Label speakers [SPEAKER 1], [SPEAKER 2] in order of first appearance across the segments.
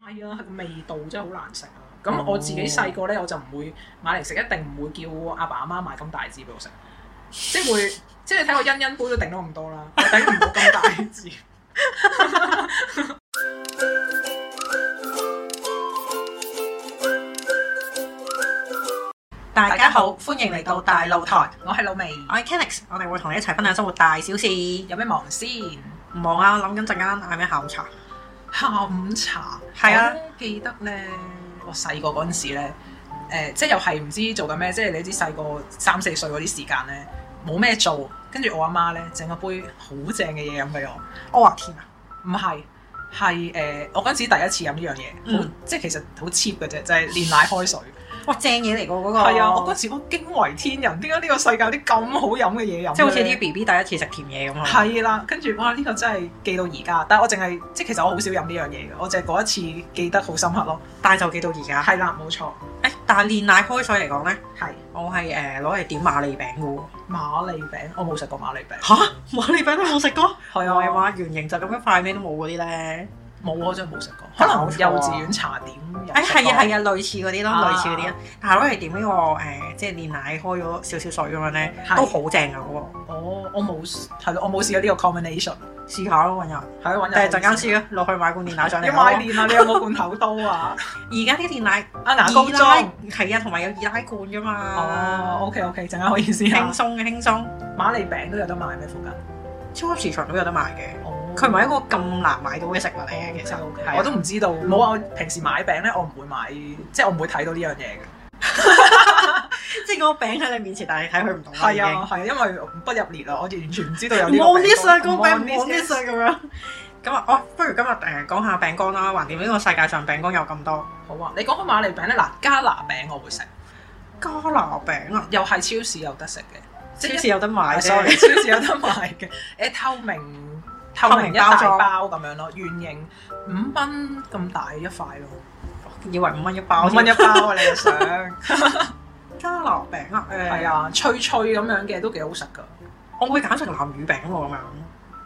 [SPEAKER 1] 係啊，個味道真係好難食啊！
[SPEAKER 2] 哦
[SPEAKER 1] 咁我自己細個咧，我就唔會買嚟食，一定唔會叫阿爸阿媽買咁大支俾我食，即係會， 即係你睇我欣欣杯都頂到咁多啦，我頂唔到咁大 支。
[SPEAKER 2] 大家好，歡迎嚟到大露台，
[SPEAKER 1] 我係老味，
[SPEAKER 2] 我係 Kenix，我哋會同你一齊分享生活大小事。
[SPEAKER 1] 有咩忙先？
[SPEAKER 2] 唔忙啊，我諗緊陣間嗌咩下午茶。
[SPEAKER 1] 下午茶
[SPEAKER 2] 係啊，
[SPEAKER 1] 我呢記得咧，我細個嗰陣時咧，誒、即係又係唔知做緊咩，即係你知細個三四歲嗰啲時間咧，冇咩做，跟住我阿媽咧整咗杯好正嘅嘢飲俾我。
[SPEAKER 2] 我話天啊，
[SPEAKER 1] 唔係，係誒、呃我嗰陣時第一次飲呢樣嘢，好
[SPEAKER 2] 嗯
[SPEAKER 1] 即係其實好 cheap 嘅啫，就係、煉奶開水。
[SPEAKER 2] 哇正嘢嚟㗎嗰個。
[SPEAKER 1] 係啊，我嗰時我驚為天人，點解呢個世界有啲咁好飲嘅嘢飲？
[SPEAKER 2] 即係好似啲 B B 第一次食甜嘢咁啊。
[SPEAKER 1] 係啦，跟住哇！呢、個真係記到而家，但係我淨係即係其實我好少飲呢樣嘢嘅，我淨係嗰一次記得好深刻咯。
[SPEAKER 2] 但係就記到而家。
[SPEAKER 1] 係啦，冇錯，
[SPEAKER 2] 誒，但係煉奶開水嚟講咧，
[SPEAKER 1] 係
[SPEAKER 2] 我啊係誒攞嚟點馬利餅嘅喎。
[SPEAKER 1] 馬利餅，我冇食過馬利餅。
[SPEAKER 2] 嚇，馬利餅都冇食過？
[SPEAKER 1] 係
[SPEAKER 2] 我係，話圓形就咁樣塊面都冇嗰啲咧。
[SPEAKER 1] 冇啊我真係冇食過，可能
[SPEAKER 2] 搞錯啊
[SPEAKER 1] 幼稚園茶點有。
[SPEAKER 2] 誒係啊係
[SPEAKER 1] 啊，
[SPEAKER 2] 啊，類似嗰啲咯，
[SPEAKER 1] 啊
[SPEAKER 2] 類似嗰啲啊。但係攞嚟點呢個誒，即係煉奶開咗少少水咁樣咧，
[SPEAKER 1] 係
[SPEAKER 2] 都好正㗎啊嗰個。
[SPEAKER 1] 我我冇係咯，我冇試過呢個 combination。
[SPEAKER 2] 試下咯，揾日。
[SPEAKER 1] 係咯，揾
[SPEAKER 2] 但係陣間先啊，落去買罐電奶上嚟
[SPEAKER 1] 要
[SPEAKER 2] 飲咯。
[SPEAKER 1] 買電啊！你有冇罐頭刀 啊？
[SPEAKER 2] 而家啲電奶
[SPEAKER 1] 啊牙膏
[SPEAKER 2] 二奶
[SPEAKER 1] 裝。
[SPEAKER 2] 係啊，同埋有二奶罐噶嘛。
[SPEAKER 1] 哦，OK 啊 OK，陣間可以試下
[SPEAKER 2] 輕。鬆嘅輕鬆，
[SPEAKER 1] 馬利餅都有得賣咩？附近？
[SPEAKER 2] 超級市場都有得賣嘅。
[SPEAKER 1] 哦
[SPEAKER 2] 佢唔係一個咁難買到嘅食物嚟嘅，其實
[SPEAKER 1] OK，OK，
[SPEAKER 2] 係啊
[SPEAKER 1] 我都唔知道。冇啊！我平時買餅咧，我唔會買，即係我唔會睇到呢樣嘢嘅。
[SPEAKER 2] 即係個餅喺你面前，但係睇佢唔到啦
[SPEAKER 1] 係
[SPEAKER 2] 已經。
[SPEAKER 1] 啊，係啊，因為不入列啊，我完全唔知道有呢個
[SPEAKER 2] 冇 list 啊，
[SPEAKER 1] 餅
[SPEAKER 2] 個
[SPEAKER 1] 乾。
[SPEAKER 2] 餅
[SPEAKER 1] 冇
[SPEAKER 2] 冇 list 啊咁樣。咁啊，哦，不如今日誒講下餅乾啦，橫掂呢個世界上餅乾有咁多。
[SPEAKER 1] 好啊！你講開馬利餅咧，嗱加拿餅我會食，
[SPEAKER 2] 加拿餅啊，
[SPEAKER 1] 又係超市有得食嘅，即
[SPEAKER 2] 超
[SPEAKER 1] 係
[SPEAKER 2] 市有得買
[SPEAKER 1] 啊
[SPEAKER 2] 啫。
[SPEAKER 1] sorry，超市有得賣嘅，誒透明透
[SPEAKER 2] 透
[SPEAKER 1] 明
[SPEAKER 2] 明
[SPEAKER 1] 一大
[SPEAKER 2] 包裝
[SPEAKER 1] 包咁樣咯，圓形五蚊咁大一塊咯，
[SPEAKER 2] 以為五蚊一包
[SPEAKER 1] 五
[SPEAKER 2] 添，
[SPEAKER 1] 蚊一包啊！你 想
[SPEAKER 2] 加拿餅啊？誒
[SPEAKER 1] 係，啊，脆脆咁樣嘅都幾好食噶。
[SPEAKER 2] 我會揀食南乳餅喎咁樣。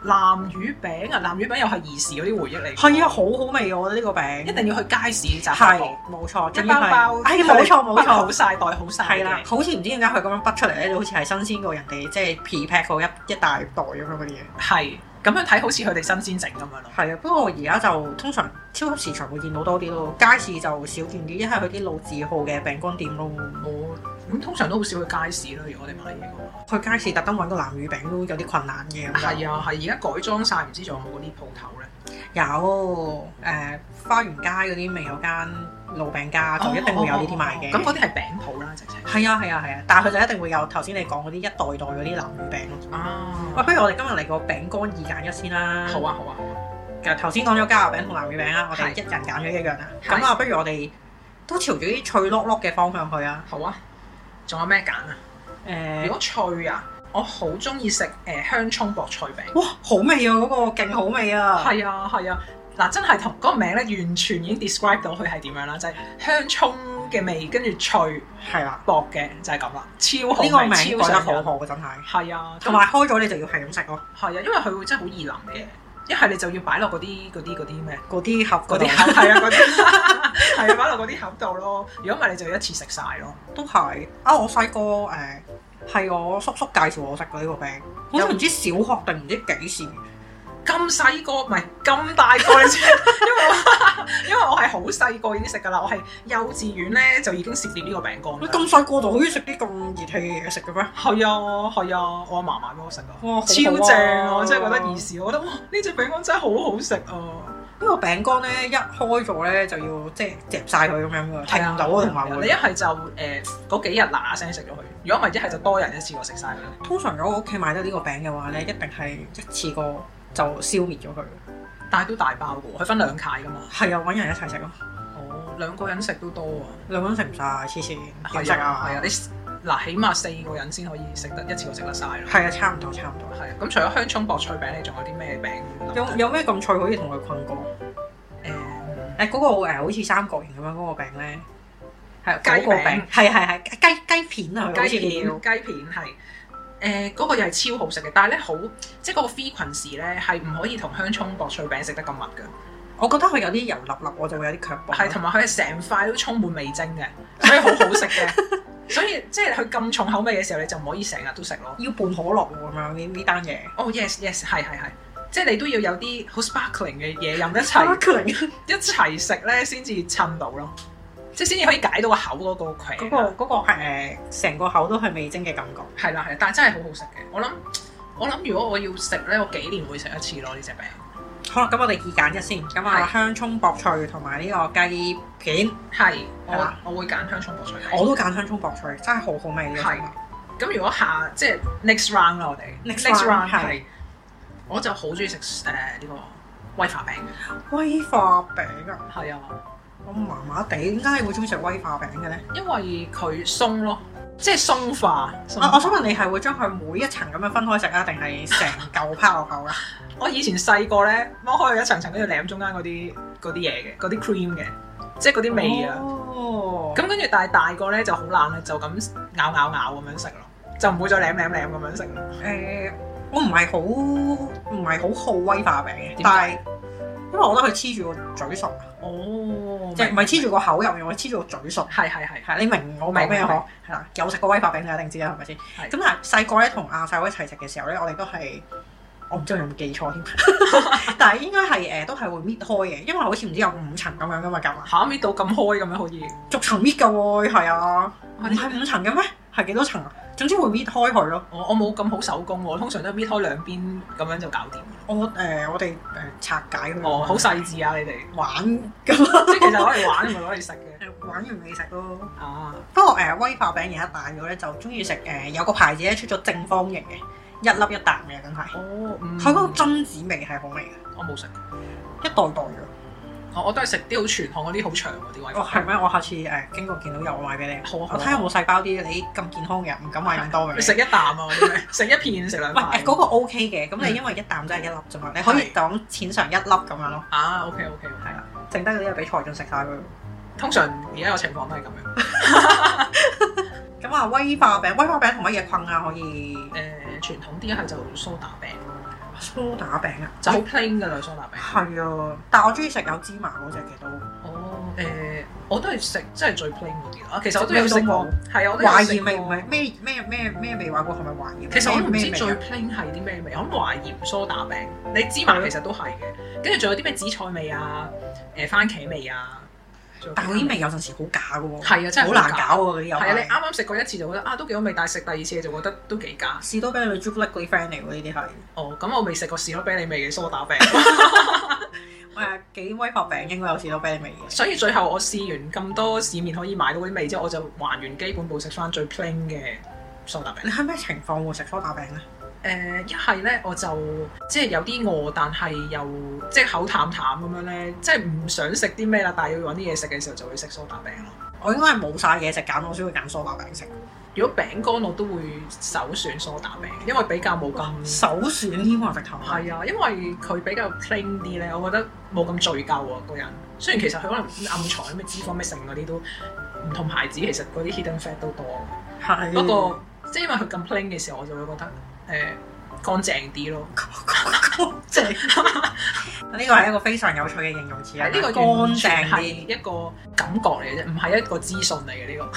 [SPEAKER 1] 南乳餅啊，南乳餅又係兒時嗰啲回憶嚟，
[SPEAKER 2] 係啊，好好味啊我覺得呢個餅
[SPEAKER 1] 一定要去街市集
[SPEAKER 2] 係
[SPEAKER 1] 係
[SPEAKER 2] 冇錯，
[SPEAKER 1] 一
[SPEAKER 2] 仲要
[SPEAKER 1] 包
[SPEAKER 2] 係
[SPEAKER 1] 包，
[SPEAKER 2] 哎冇錯冇
[SPEAKER 1] 好
[SPEAKER 2] 錯，
[SPEAKER 1] 晒袋好晒
[SPEAKER 2] 係啦
[SPEAKER 1] 嘅，，
[SPEAKER 2] 好似唔知點解佢咁樣畢出嚟咧，好似係新鮮過人哋，即係 pre pack 過一一大袋咁樣嗰啲嘢。
[SPEAKER 1] 係咁樣睇好似佢哋新鮮整咁樣咯。
[SPEAKER 2] 係啊，不過我而家就通常超級市場會見到多啲咯，街市就少見啲，一係去啲老字號嘅餅乾店咯。
[SPEAKER 1] 我咁通常都好少去街市啦，如果我哋買嘢嘅話。
[SPEAKER 2] 去街市特登揾個南乳餅都有啲困難嘅。
[SPEAKER 1] 係啊，係而家改裝晒，唔知仲有冇嗰啲鋪頭咧？
[SPEAKER 2] 有誒、花園街嗰啲咪有間老餅家，就一定會有呢啲賣嘅。
[SPEAKER 1] 哦咁嗰啲係餅鋪啦，直情。
[SPEAKER 2] 係啊係啊係啊，但係佢就一定會有頭先你講嗰啲一袋袋嗰啲南乳餅咯。喂，
[SPEAKER 1] 啊，
[SPEAKER 2] 不如我哋今日嚟個餅乾二揀一先啦。
[SPEAKER 1] 好。啊，好啊，好啊。
[SPEAKER 2] 其實頭先講咗加油餅同南乳餅啦，我哋
[SPEAKER 1] 係
[SPEAKER 2] 一人揀咗一樣啦。
[SPEAKER 1] 係
[SPEAKER 2] 咁啊，不如我哋都朝住啲脆碌碌嘅方向去啊。
[SPEAKER 1] 好啊，仲有咩揀啊？
[SPEAKER 2] 誒、
[SPEAKER 1] 如果脆啊，我好中意食誒香葱薄脆餅。
[SPEAKER 2] 哇，好味啊！嗰、個勁好味啊！
[SPEAKER 1] 係啊，係啊，嗱，真係同嗰個名咧，完全已經 describe 到佢係點樣啦，就係香葱嘅味，跟住脆
[SPEAKER 2] 係啦，
[SPEAKER 1] 薄嘅，就係咁啦，超好
[SPEAKER 2] 呢個名
[SPEAKER 1] 味，超
[SPEAKER 2] 改得
[SPEAKER 1] 上
[SPEAKER 2] 好
[SPEAKER 1] 癮。
[SPEAKER 2] 好啊，真係。
[SPEAKER 1] 係啊，
[SPEAKER 2] 同埋開咗你就要係咁食咯，
[SPEAKER 1] 係啊，因為佢會真係好易腍嘅，一係你就要擺落嗰啲嗰啲嗰啲咩
[SPEAKER 2] 嗰啲盒
[SPEAKER 1] 嗰
[SPEAKER 2] 嗰
[SPEAKER 1] 啲
[SPEAKER 2] 啲
[SPEAKER 1] 盒，係啊嗰啲係啊擺落嗰啲盒度咯。如果唔係你就要一次食晒咯。
[SPEAKER 2] 都係啊！我細個誒係我叔叔介紹我食嘅呢個餅，好似唔知小學定唔知幾時，
[SPEAKER 1] 咁細個唔係咁大個， 你知因為我 因為我係好細個已經食㗎啦，我係幼稚園咧就已經涉獵呢個餅乾
[SPEAKER 2] 你
[SPEAKER 1] 㗎啦。
[SPEAKER 2] 咁細個就可以食啲咁熱氣嘅嘢食嘅咩？
[SPEAKER 1] 係啊係啊，我阿嫲買俾我食啊，
[SPEAKER 2] 哇，好好啊
[SPEAKER 1] 超正啊！我真係覺得兒時，我覺得哇呢只餅乾真係好好食啊！
[SPEAKER 2] 呢個餅乾咧一開咗咧就要即係夾晒佢咁樣㗎，停唔到啊，同埋
[SPEAKER 1] 你一
[SPEAKER 2] 會
[SPEAKER 1] 係就誒嗰幾日嗱嗱聲食咗佢，如果唔係一係就多人一次過食晒佢啦。
[SPEAKER 2] 通常如果我屋企買得呢個餅嘅話咧，一定係一次過就消滅咗佢。
[SPEAKER 1] 但係都大包嘅喎，佢分兩塊㗎嘛。
[SPEAKER 2] 係啊，揾人一齊食咯，
[SPEAKER 1] 哦，兩個人食都多啊。
[SPEAKER 2] 兩個人食唔晒，黐線點食
[SPEAKER 1] 係啊，係
[SPEAKER 2] 啊
[SPEAKER 1] 啊，？你嗱起碼四個人先可以食得一次過食得晒咯。
[SPEAKER 2] 係啊，差唔多差唔多。
[SPEAKER 1] 係啊，咁除咗香葱薄脆餅，你仲有啲咩餅？
[SPEAKER 2] 有有咩咁脆可以同佢困過？
[SPEAKER 1] 誒
[SPEAKER 2] 誒嗰個誒好似三角形咁樣嗰個餅咧，係啊
[SPEAKER 1] 雞
[SPEAKER 2] 嗰個
[SPEAKER 1] 餅
[SPEAKER 2] 餅，係係係雞雞片啊，佢好似
[SPEAKER 1] 雞片，
[SPEAKER 2] 叫
[SPEAKER 1] 雞片係誒嗰個又係超好食嘅，但係咧好即係嗰個 frequency 咧係唔可以同香葱薄脆餅食得咁密嘅。
[SPEAKER 2] 我覺得佢有啲油粒粒，我就會有啲卻步。
[SPEAKER 1] 係同埋佢係成塊都充滿味精嘅，所以好好食嘅。 所以即係佢咁重口味嘅時候，你就唔可以成日都食咯。
[SPEAKER 2] 要伴可樂喎咁樣呢呢單嘢。
[SPEAKER 1] 哦、yes yes，係係係，即係你都要有啲好 sparkling 嘅嘢飲一齊。
[SPEAKER 2] Sparkling
[SPEAKER 1] 一齊食咧先至襯到咯，即係先至可以解到個口嗰個攰。
[SPEAKER 2] 嗰個嗰個係誒成個口都係味精嘅感覺。
[SPEAKER 1] 係啦係啦，但係真係好好食嘅。我諗我諗，如果我要食咧，我幾年會食一次咯呢隻餅。
[SPEAKER 2] 好啦，咁我哋二揀一先，咁啊
[SPEAKER 1] 係
[SPEAKER 2] 香葱薄脆同埋呢個雞片，
[SPEAKER 1] 係
[SPEAKER 2] 係啦
[SPEAKER 1] 我我會揀香葱薄脆。
[SPEAKER 2] 我都揀香葱薄脆，真係好好味呢個
[SPEAKER 1] 係
[SPEAKER 2] 食物。
[SPEAKER 1] 咁如果下即係 next round 啦，我哋
[SPEAKER 2] Next round，係
[SPEAKER 1] 係我就好中意食誒呢個威化餅嘅。
[SPEAKER 2] 威化餅啊，
[SPEAKER 1] 係啊，
[SPEAKER 2] 我麻麻地，點解你會中意食威化餅嘅咧？
[SPEAKER 1] 因為佢鬆咯，即係鬆化。鬆
[SPEAKER 2] 我
[SPEAKER 1] 化
[SPEAKER 2] 啊我想問你係會將佢每一層咁樣分開食啊，定係成嚿拋落口啊？
[SPEAKER 1] 我以前細個咧，剝開佢一層層，跟住舐中間嗰啲嗰啲嘢嘅，嗰啲 cream 嘅，即係嗰啲 味啊。
[SPEAKER 2] 哦，
[SPEAKER 1] 咁跟住但係大個咧就好懶啦，就咁咬咬咬咁樣食咯，就唔會再舐舐舐咁樣食咯。
[SPEAKER 2] 誒，我唔係好唔係好好威化餅嘅，
[SPEAKER 1] 點解
[SPEAKER 2] 但係因為我覺得佢黐住個嘴唇，啊
[SPEAKER 1] 哦
[SPEAKER 2] 即係唔係黐住個口入面，我黐住個嘴唇。
[SPEAKER 1] 係係係
[SPEAKER 2] 係你明我明咩
[SPEAKER 1] 明明
[SPEAKER 2] 啊嗬？係啦，有食過威化餅就一定知啦，係咪先？
[SPEAKER 1] 係
[SPEAKER 2] 咁但係細個咧同阿細佬一齊食嘅時候咧，我哋都係我唔知我有冇記錯 添，但係應該係誒都係會搣開嘅，因為好似唔知有五層咁樣噶嘛，夾埋
[SPEAKER 1] 嚇搣到咁開咁樣可以，
[SPEAKER 2] 逐層搣噶喎，係啊，唔
[SPEAKER 1] 哇
[SPEAKER 2] 係五層嘅咩？係幾多層啊？總之會搣開佢咯。
[SPEAKER 1] 我我冇咁好手工喎，我通常都係搣開兩邊咁樣就搞掂。
[SPEAKER 2] 我誒、我哋誒、拆解佢，
[SPEAKER 1] 哦，好細緻啊你哋，
[SPEAKER 2] 玩咁啊，
[SPEAKER 1] 即係其實攞嚟玩唔係攞嚟食 嘅。
[SPEAKER 2] 玩完美食咯。
[SPEAKER 1] 啊，
[SPEAKER 2] 不過誒、呃威化餅而家大咗咧，就中意食誒有個牌子咧出咗正方形嘅，一粒一啖嘅，真係。
[SPEAKER 1] 哦，嗯
[SPEAKER 2] 佢嗰個榛子味係好味嘅，
[SPEAKER 1] 我冇食過，
[SPEAKER 2] 一袋袋嘅。
[SPEAKER 1] 我我都係食啲好傳統嗰啲好長嗰啲威
[SPEAKER 2] 哦，
[SPEAKER 1] 化
[SPEAKER 2] 係咩？我下次誒、經過見到有，我買俾你。
[SPEAKER 1] 好啊好啊
[SPEAKER 2] 我睇下有冇細包啲，你咁健康嘅，唔敢買咁多嘅。
[SPEAKER 1] 你 食一啖啊，我真係食一片食 兩
[SPEAKER 2] 唔係誒
[SPEAKER 1] 塊。
[SPEAKER 2] 嗰個 O K 嘅，咁
[SPEAKER 1] 嗯
[SPEAKER 2] 你因為一啖真係一粒啫嘛，你可以當淺上一粒咁樣咯。
[SPEAKER 1] 啊，OK OK，係
[SPEAKER 2] 係
[SPEAKER 1] 啦
[SPEAKER 2] 啦。，剩低嗰啲就俾財進食晒佢。
[SPEAKER 1] 通常而家個情況都係咁樣。
[SPEAKER 2] 咁啊，威化餅，威化餅同乜嘢困啊？可以
[SPEAKER 1] 誒、傳統啲係就蘇打餅咯，
[SPEAKER 2] 蘇打餅啊，
[SPEAKER 1] 就好 plain 㗎啦蘇打餅。
[SPEAKER 2] 係啊，但我中意食有芝麻嗰只嘅都。
[SPEAKER 1] 哦，誒、我都係食即係最 plain 嗰啲啦。其實我都有食
[SPEAKER 2] 味道
[SPEAKER 1] 過
[SPEAKER 2] 冇，
[SPEAKER 1] 係啊，我都有
[SPEAKER 2] 懷
[SPEAKER 1] 食
[SPEAKER 2] 疑味唔
[SPEAKER 1] 過。
[SPEAKER 2] 係咩咩咩咩味話過係咪懷疑？
[SPEAKER 1] 其實我唔
[SPEAKER 2] 咩
[SPEAKER 1] 知
[SPEAKER 2] 咩
[SPEAKER 1] 最
[SPEAKER 2] 味啊
[SPEAKER 1] plain 係啲咩味，我諗懷鹽蘇打餅，你芝麻其實都係嘅，跟住仲有啲咩紫菜味啊、誒、番茄味啊，仲有
[SPEAKER 2] 但嗰啲味有陣時好假嘅喎，
[SPEAKER 1] 係啊真係
[SPEAKER 2] 好
[SPEAKER 1] 好
[SPEAKER 2] 難
[SPEAKER 1] 假
[SPEAKER 2] 搞喎嗰啲又
[SPEAKER 1] 係啊，你
[SPEAKER 2] 係。
[SPEAKER 1] 啱啱食過一次就覺得啊都幾好味，但係食第二次你就覺得都幾假。
[SPEAKER 2] 士多啤梨朱古力嗰啲 friend 嚟喎，呢啲係
[SPEAKER 1] 哦，咁我未食過士多啤梨味嘅蘇打餅，
[SPEAKER 2] 誒幾威化餅應該有士多啤梨味嘅。
[SPEAKER 1] 所以最後我試完咁多市面可以買到嗰啲味之後，我就還原基本步食翻最 plain 嘅蘇打餅。
[SPEAKER 2] 你喺咩情況會食梳打餅咧？
[SPEAKER 1] 誒一係咧我就即係有啲餓，但係又即係口淡淡咁樣咧，即係唔想食啲咩啦，但係要揾啲嘢食嘅時候就會食蘇打餅咯。
[SPEAKER 2] 我應該係冇晒嘢食揀，我先會揀梳打餅食。
[SPEAKER 1] 如果餅乾我都會首選蘇打餅，因為比較冇咁
[SPEAKER 2] 首選添喎，直頭係。
[SPEAKER 1] 係啊，因為佢比較 plain 啲咧，我覺得冇咁罪疚啊個人。雖然其實佢可能暗彩咩脂肪咩剩嗰啲都唔同牌子，其實嗰啲 hidden fat 都多。
[SPEAKER 2] 係
[SPEAKER 1] 不過即係因為佢咁 plain 嘅時候，我就會覺得誒、乾淨啲咯。
[SPEAKER 2] 即係 呢個係一個非常有趣嘅形容詞啊！
[SPEAKER 1] 呢個
[SPEAKER 2] 乾
[SPEAKER 1] 完
[SPEAKER 2] 淨
[SPEAKER 1] 全係
[SPEAKER 2] 啲。
[SPEAKER 1] 一個感覺嚟嘅啫，唔係一個資訊嚟嘅呢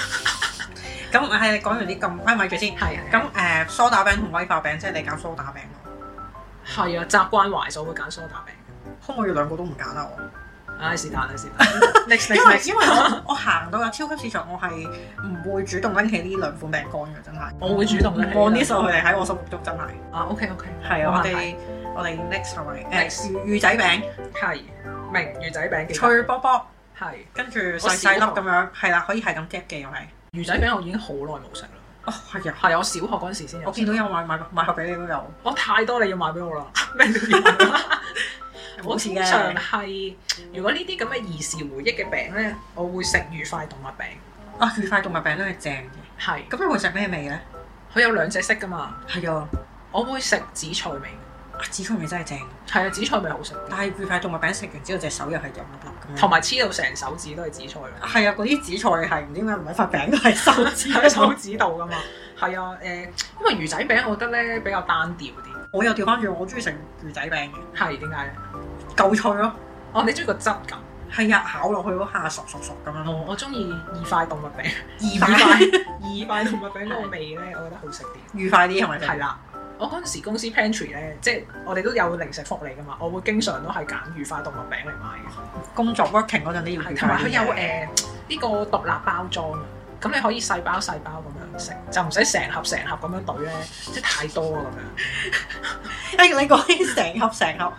[SPEAKER 2] 咁係你講完啲咁，喂哎咪住先。
[SPEAKER 1] 個。係咁
[SPEAKER 2] 咁誒梳打餅同威化餅，即係你揀梳打餅喎。
[SPEAKER 1] 係啊，習慣懷所會揀蘇打餅。
[SPEAKER 2] 可唔可以兩個都唔揀啊？ 我
[SPEAKER 1] 唉，是但啦，是但。next
[SPEAKER 2] 因
[SPEAKER 1] next
[SPEAKER 2] 為
[SPEAKER 1] next，
[SPEAKER 2] 因為 我我行到入啊超級市場，我係唔會主動拎起呢兩款餅乾嘅，真係。
[SPEAKER 1] 我會主動拎起
[SPEAKER 2] 我呢數佢哋喺我心目中真係。
[SPEAKER 1] 啊，OK OK，
[SPEAKER 2] 係啊，
[SPEAKER 1] 我
[SPEAKER 2] 我
[SPEAKER 1] 係
[SPEAKER 2] 哋我哋 next 係咪
[SPEAKER 1] Next
[SPEAKER 2] 誒魚魚仔餅
[SPEAKER 1] 係明魚仔餅嘅
[SPEAKER 2] 脆卜卜，
[SPEAKER 1] 係
[SPEAKER 2] 跟住細細粒咁樣，係啦，可以係咁夾嘅又係。
[SPEAKER 1] 魚仔餅，我已經好耐冇食啦。
[SPEAKER 2] 哦，係啊，
[SPEAKER 1] 係啊，我小學嗰陣時先有。
[SPEAKER 2] 我見到，有買買買盒俾你都有，
[SPEAKER 1] 我太多你要買俾我 啦，咩都要買啦。我
[SPEAKER 2] 冇事
[SPEAKER 1] 啊通常
[SPEAKER 2] 嘅。
[SPEAKER 1] 係如果呢啲咁嘅兒時回憶嘅餅咧，我會食魚塊動物餅。
[SPEAKER 2] 啊，魚塊動物餅都係正嘅。
[SPEAKER 1] 係，
[SPEAKER 2] 咁你會食咩味咧？
[SPEAKER 1] 佢有兩隻色噶嘛，
[SPEAKER 2] 係啊，
[SPEAKER 1] 我會食紫菜味。
[SPEAKER 2] 啊紫菜味真係正，
[SPEAKER 1] 係啊，紫菜味好食，
[SPEAKER 2] 但係魚塊動物餅食完之後隻手又係油粒粒咁樣。
[SPEAKER 1] 同埋黐到成手指都係紫菜咯，
[SPEAKER 2] 係啊，嗰啲紫菜係唔知點解唔係塊餅都係手指
[SPEAKER 1] 喺手 指度噶嘛。係啊，誒、因為魚仔餅我覺得咧比較單調啲，
[SPEAKER 2] 我又調翻轉，我中意食魚仔餅嘅，
[SPEAKER 1] 係點解咧？
[SPEAKER 2] 夠脆咯。
[SPEAKER 1] 哦，你中意個質感？
[SPEAKER 2] 係啊，咬落去嗰下熟熟熟咁樣
[SPEAKER 1] 哦
[SPEAKER 2] 咯，，
[SPEAKER 1] 我中意異快動物 餅，
[SPEAKER 2] 愉
[SPEAKER 1] 異
[SPEAKER 2] 快
[SPEAKER 1] 快異快動物餅嗰個味咧，我覺得好食啲。
[SPEAKER 2] 愉快啲係咪先？
[SPEAKER 1] 係啦，我嗰陣時公司 pantry 咧，即係我哋都有零食福利噶嘛，我會經常都係揀異快動物餅嚟買嘅。
[SPEAKER 2] 工作 working 嗰陣都要愉
[SPEAKER 1] 係，
[SPEAKER 2] 快啲啊
[SPEAKER 1] 同埋佢有誒呢個獨立包裝啊，咁你可以細包細包咁樣食，就唔使成盒成盒咁樣懟咧，即係太多啊咁樣。
[SPEAKER 2] 哎，你講起成盒成盒，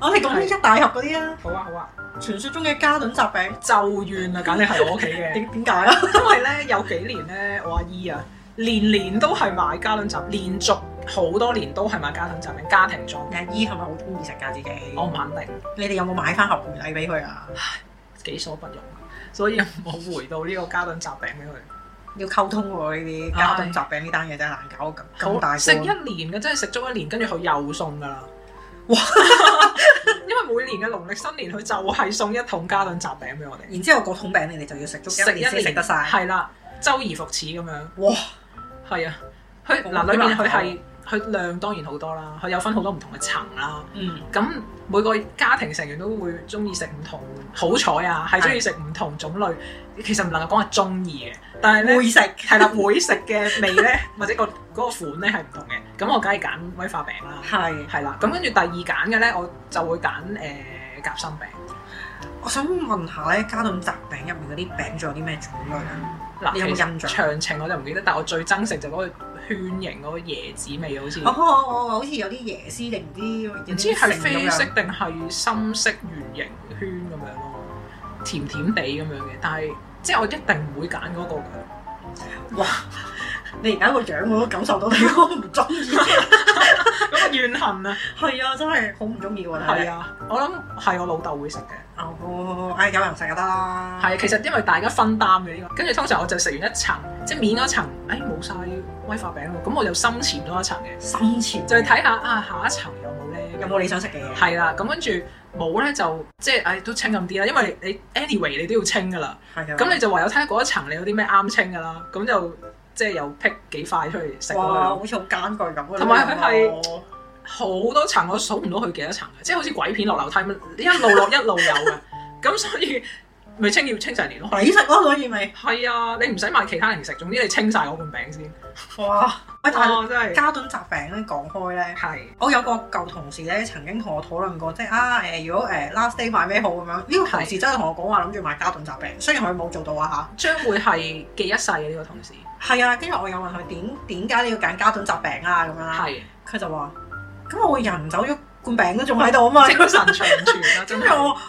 [SPEAKER 2] 我哋講緊一大盒嗰啲啊，
[SPEAKER 1] 好啊好啊，
[SPEAKER 2] 傳説中嘅嘉頓雜餅，
[SPEAKER 1] 就怨啊，簡直係我屋企 嘅，
[SPEAKER 2] 點點解 啊？
[SPEAKER 1] 因為咧有幾年咧，我阿姨啊，年年都係買嘉頓雜，連續好多年都係買嘉頓雜餅家庭裝。
[SPEAKER 2] 阿姨係咪好中意食㗎自己？
[SPEAKER 1] 我唔肯定，
[SPEAKER 2] 你哋有冇買翻盒回禮俾佢啊？
[SPEAKER 1] 己所不容，所以冇回到呢個嘉頓雜餅俾佢。
[SPEAKER 2] 要溝通喎呢啲
[SPEAKER 1] 唉
[SPEAKER 2] 家頓雜餅呢單嘢真係難搞咁咁大
[SPEAKER 1] 好
[SPEAKER 2] 個
[SPEAKER 1] 食一年嘅，真係食足一年，跟住佢又送噶啦。
[SPEAKER 2] 哇！
[SPEAKER 1] 因為每年嘅農曆新年，佢就係送一桶嘉頓雜餅俾我哋，
[SPEAKER 2] 然之後個桶餅你哋就要食足一年先食得晒。
[SPEAKER 1] 係啦，周而復始咁樣。
[SPEAKER 2] 哇！
[SPEAKER 1] 係啊，佢
[SPEAKER 2] 好
[SPEAKER 1] 嗱裏面
[SPEAKER 2] 難搞
[SPEAKER 1] 佢係佢量當然好多啦，佢有分好多唔同嘅層啦。
[SPEAKER 2] 嗯，
[SPEAKER 1] 咁每個家庭成員都會中意食唔同，好彩啊，係中意食唔同種類。其實唔能夠講係中意嘅，但係咧
[SPEAKER 2] 會食
[SPEAKER 1] 係啦，會食嘅味咧， 或者個嗰個款咧係唔同嘅。咁我梗係揀威化餅啦，
[SPEAKER 2] 係。
[SPEAKER 1] 係啦。咁跟住第二揀嘅咧，我就會揀誒夾心餅。
[SPEAKER 2] 我想問下咧，嘉頓雜餅入面嗰啲餅仲有啲咩種類啊？
[SPEAKER 1] 嗱，
[SPEAKER 2] 你有冇印象
[SPEAKER 1] 其實詳情我就唔記得，但我最憎食就嗰個圈形嗰個椰子味，好似
[SPEAKER 2] 哦，我我好似有啲椰絲定唔知
[SPEAKER 1] 唔知係啡色定係深色圓形圈咁樣咯，甜甜地咁樣嘅。但係即係我一定唔會揀嗰個 嘅。
[SPEAKER 2] 你而家個樣我都感受到你我唔中意。
[SPEAKER 1] 咁怨恨啊！
[SPEAKER 2] 係啊，真係好唔中意喎。
[SPEAKER 1] 係
[SPEAKER 2] 啊。
[SPEAKER 1] 啊，我諗係我老豆會食嘅。
[SPEAKER 2] 哦，唉，有人食就得啦。
[SPEAKER 1] 係，其實因為大家分擔嘅呢個，跟住通常我就食完一層，即係面嗰層，誒冇晒威化餅喎，咁我就深潛多一層嘅，
[SPEAKER 2] 心前
[SPEAKER 1] 就去睇下啊下一層有冇咧，
[SPEAKER 2] 有冇你想食嘅嘢？
[SPEAKER 1] 係啦，咁跟住冇咧就即係哎誒都清咁啲啦，因為你 anyway 你都要清噶啦，
[SPEAKER 2] 係啊。
[SPEAKER 1] 咁你就唯有睇下嗰一層你有啲咩啱清噶啦，咁就即係又劈幾塊出嚟食
[SPEAKER 2] 哇，
[SPEAKER 1] 咯，
[SPEAKER 2] 好似好艱巨咁啊
[SPEAKER 1] 同埋佢係
[SPEAKER 2] 呢個
[SPEAKER 1] 好多層我數唔到佢幾多層嘅，即係好似鬼片落樓梯咁，一路落一路有嘅，咁所以咪清要清成年咯。
[SPEAKER 2] 抵食咯，所以咪
[SPEAKER 1] 係啊，你唔使買其他零食，總之你清晒嗰罐餅先。
[SPEAKER 2] 哇！喂，但係
[SPEAKER 1] 真係
[SPEAKER 2] 嘉頓雜餅咧講開咧，
[SPEAKER 1] 係
[SPEAKER 2] 我有個舊同事咧曾經同我討論過，即係啊誒、如果誒、last day 買咩好咁樣，呢、個同事真係同我講話諗住買嘉頓雜餅，雖然佢冇做到啊
[SPEAKER 1] 將會係記一世嘅呢個同事。
[SPEAKER 2] 嚇。係啊，跟住我又問佢點點解你要揀嘉頓雜餅啊咁樣啦，
[SPEAKER 1] 係
[SPEAKER 2] 佢就話：咁我人走咗罐餅都仲喺度 啊嘛。
[SPEAKER 1] 精神長存啦，真
[SPEAKER 2] 跟住
[SPEAKER 1] 係
[SPEAKER 2] 我話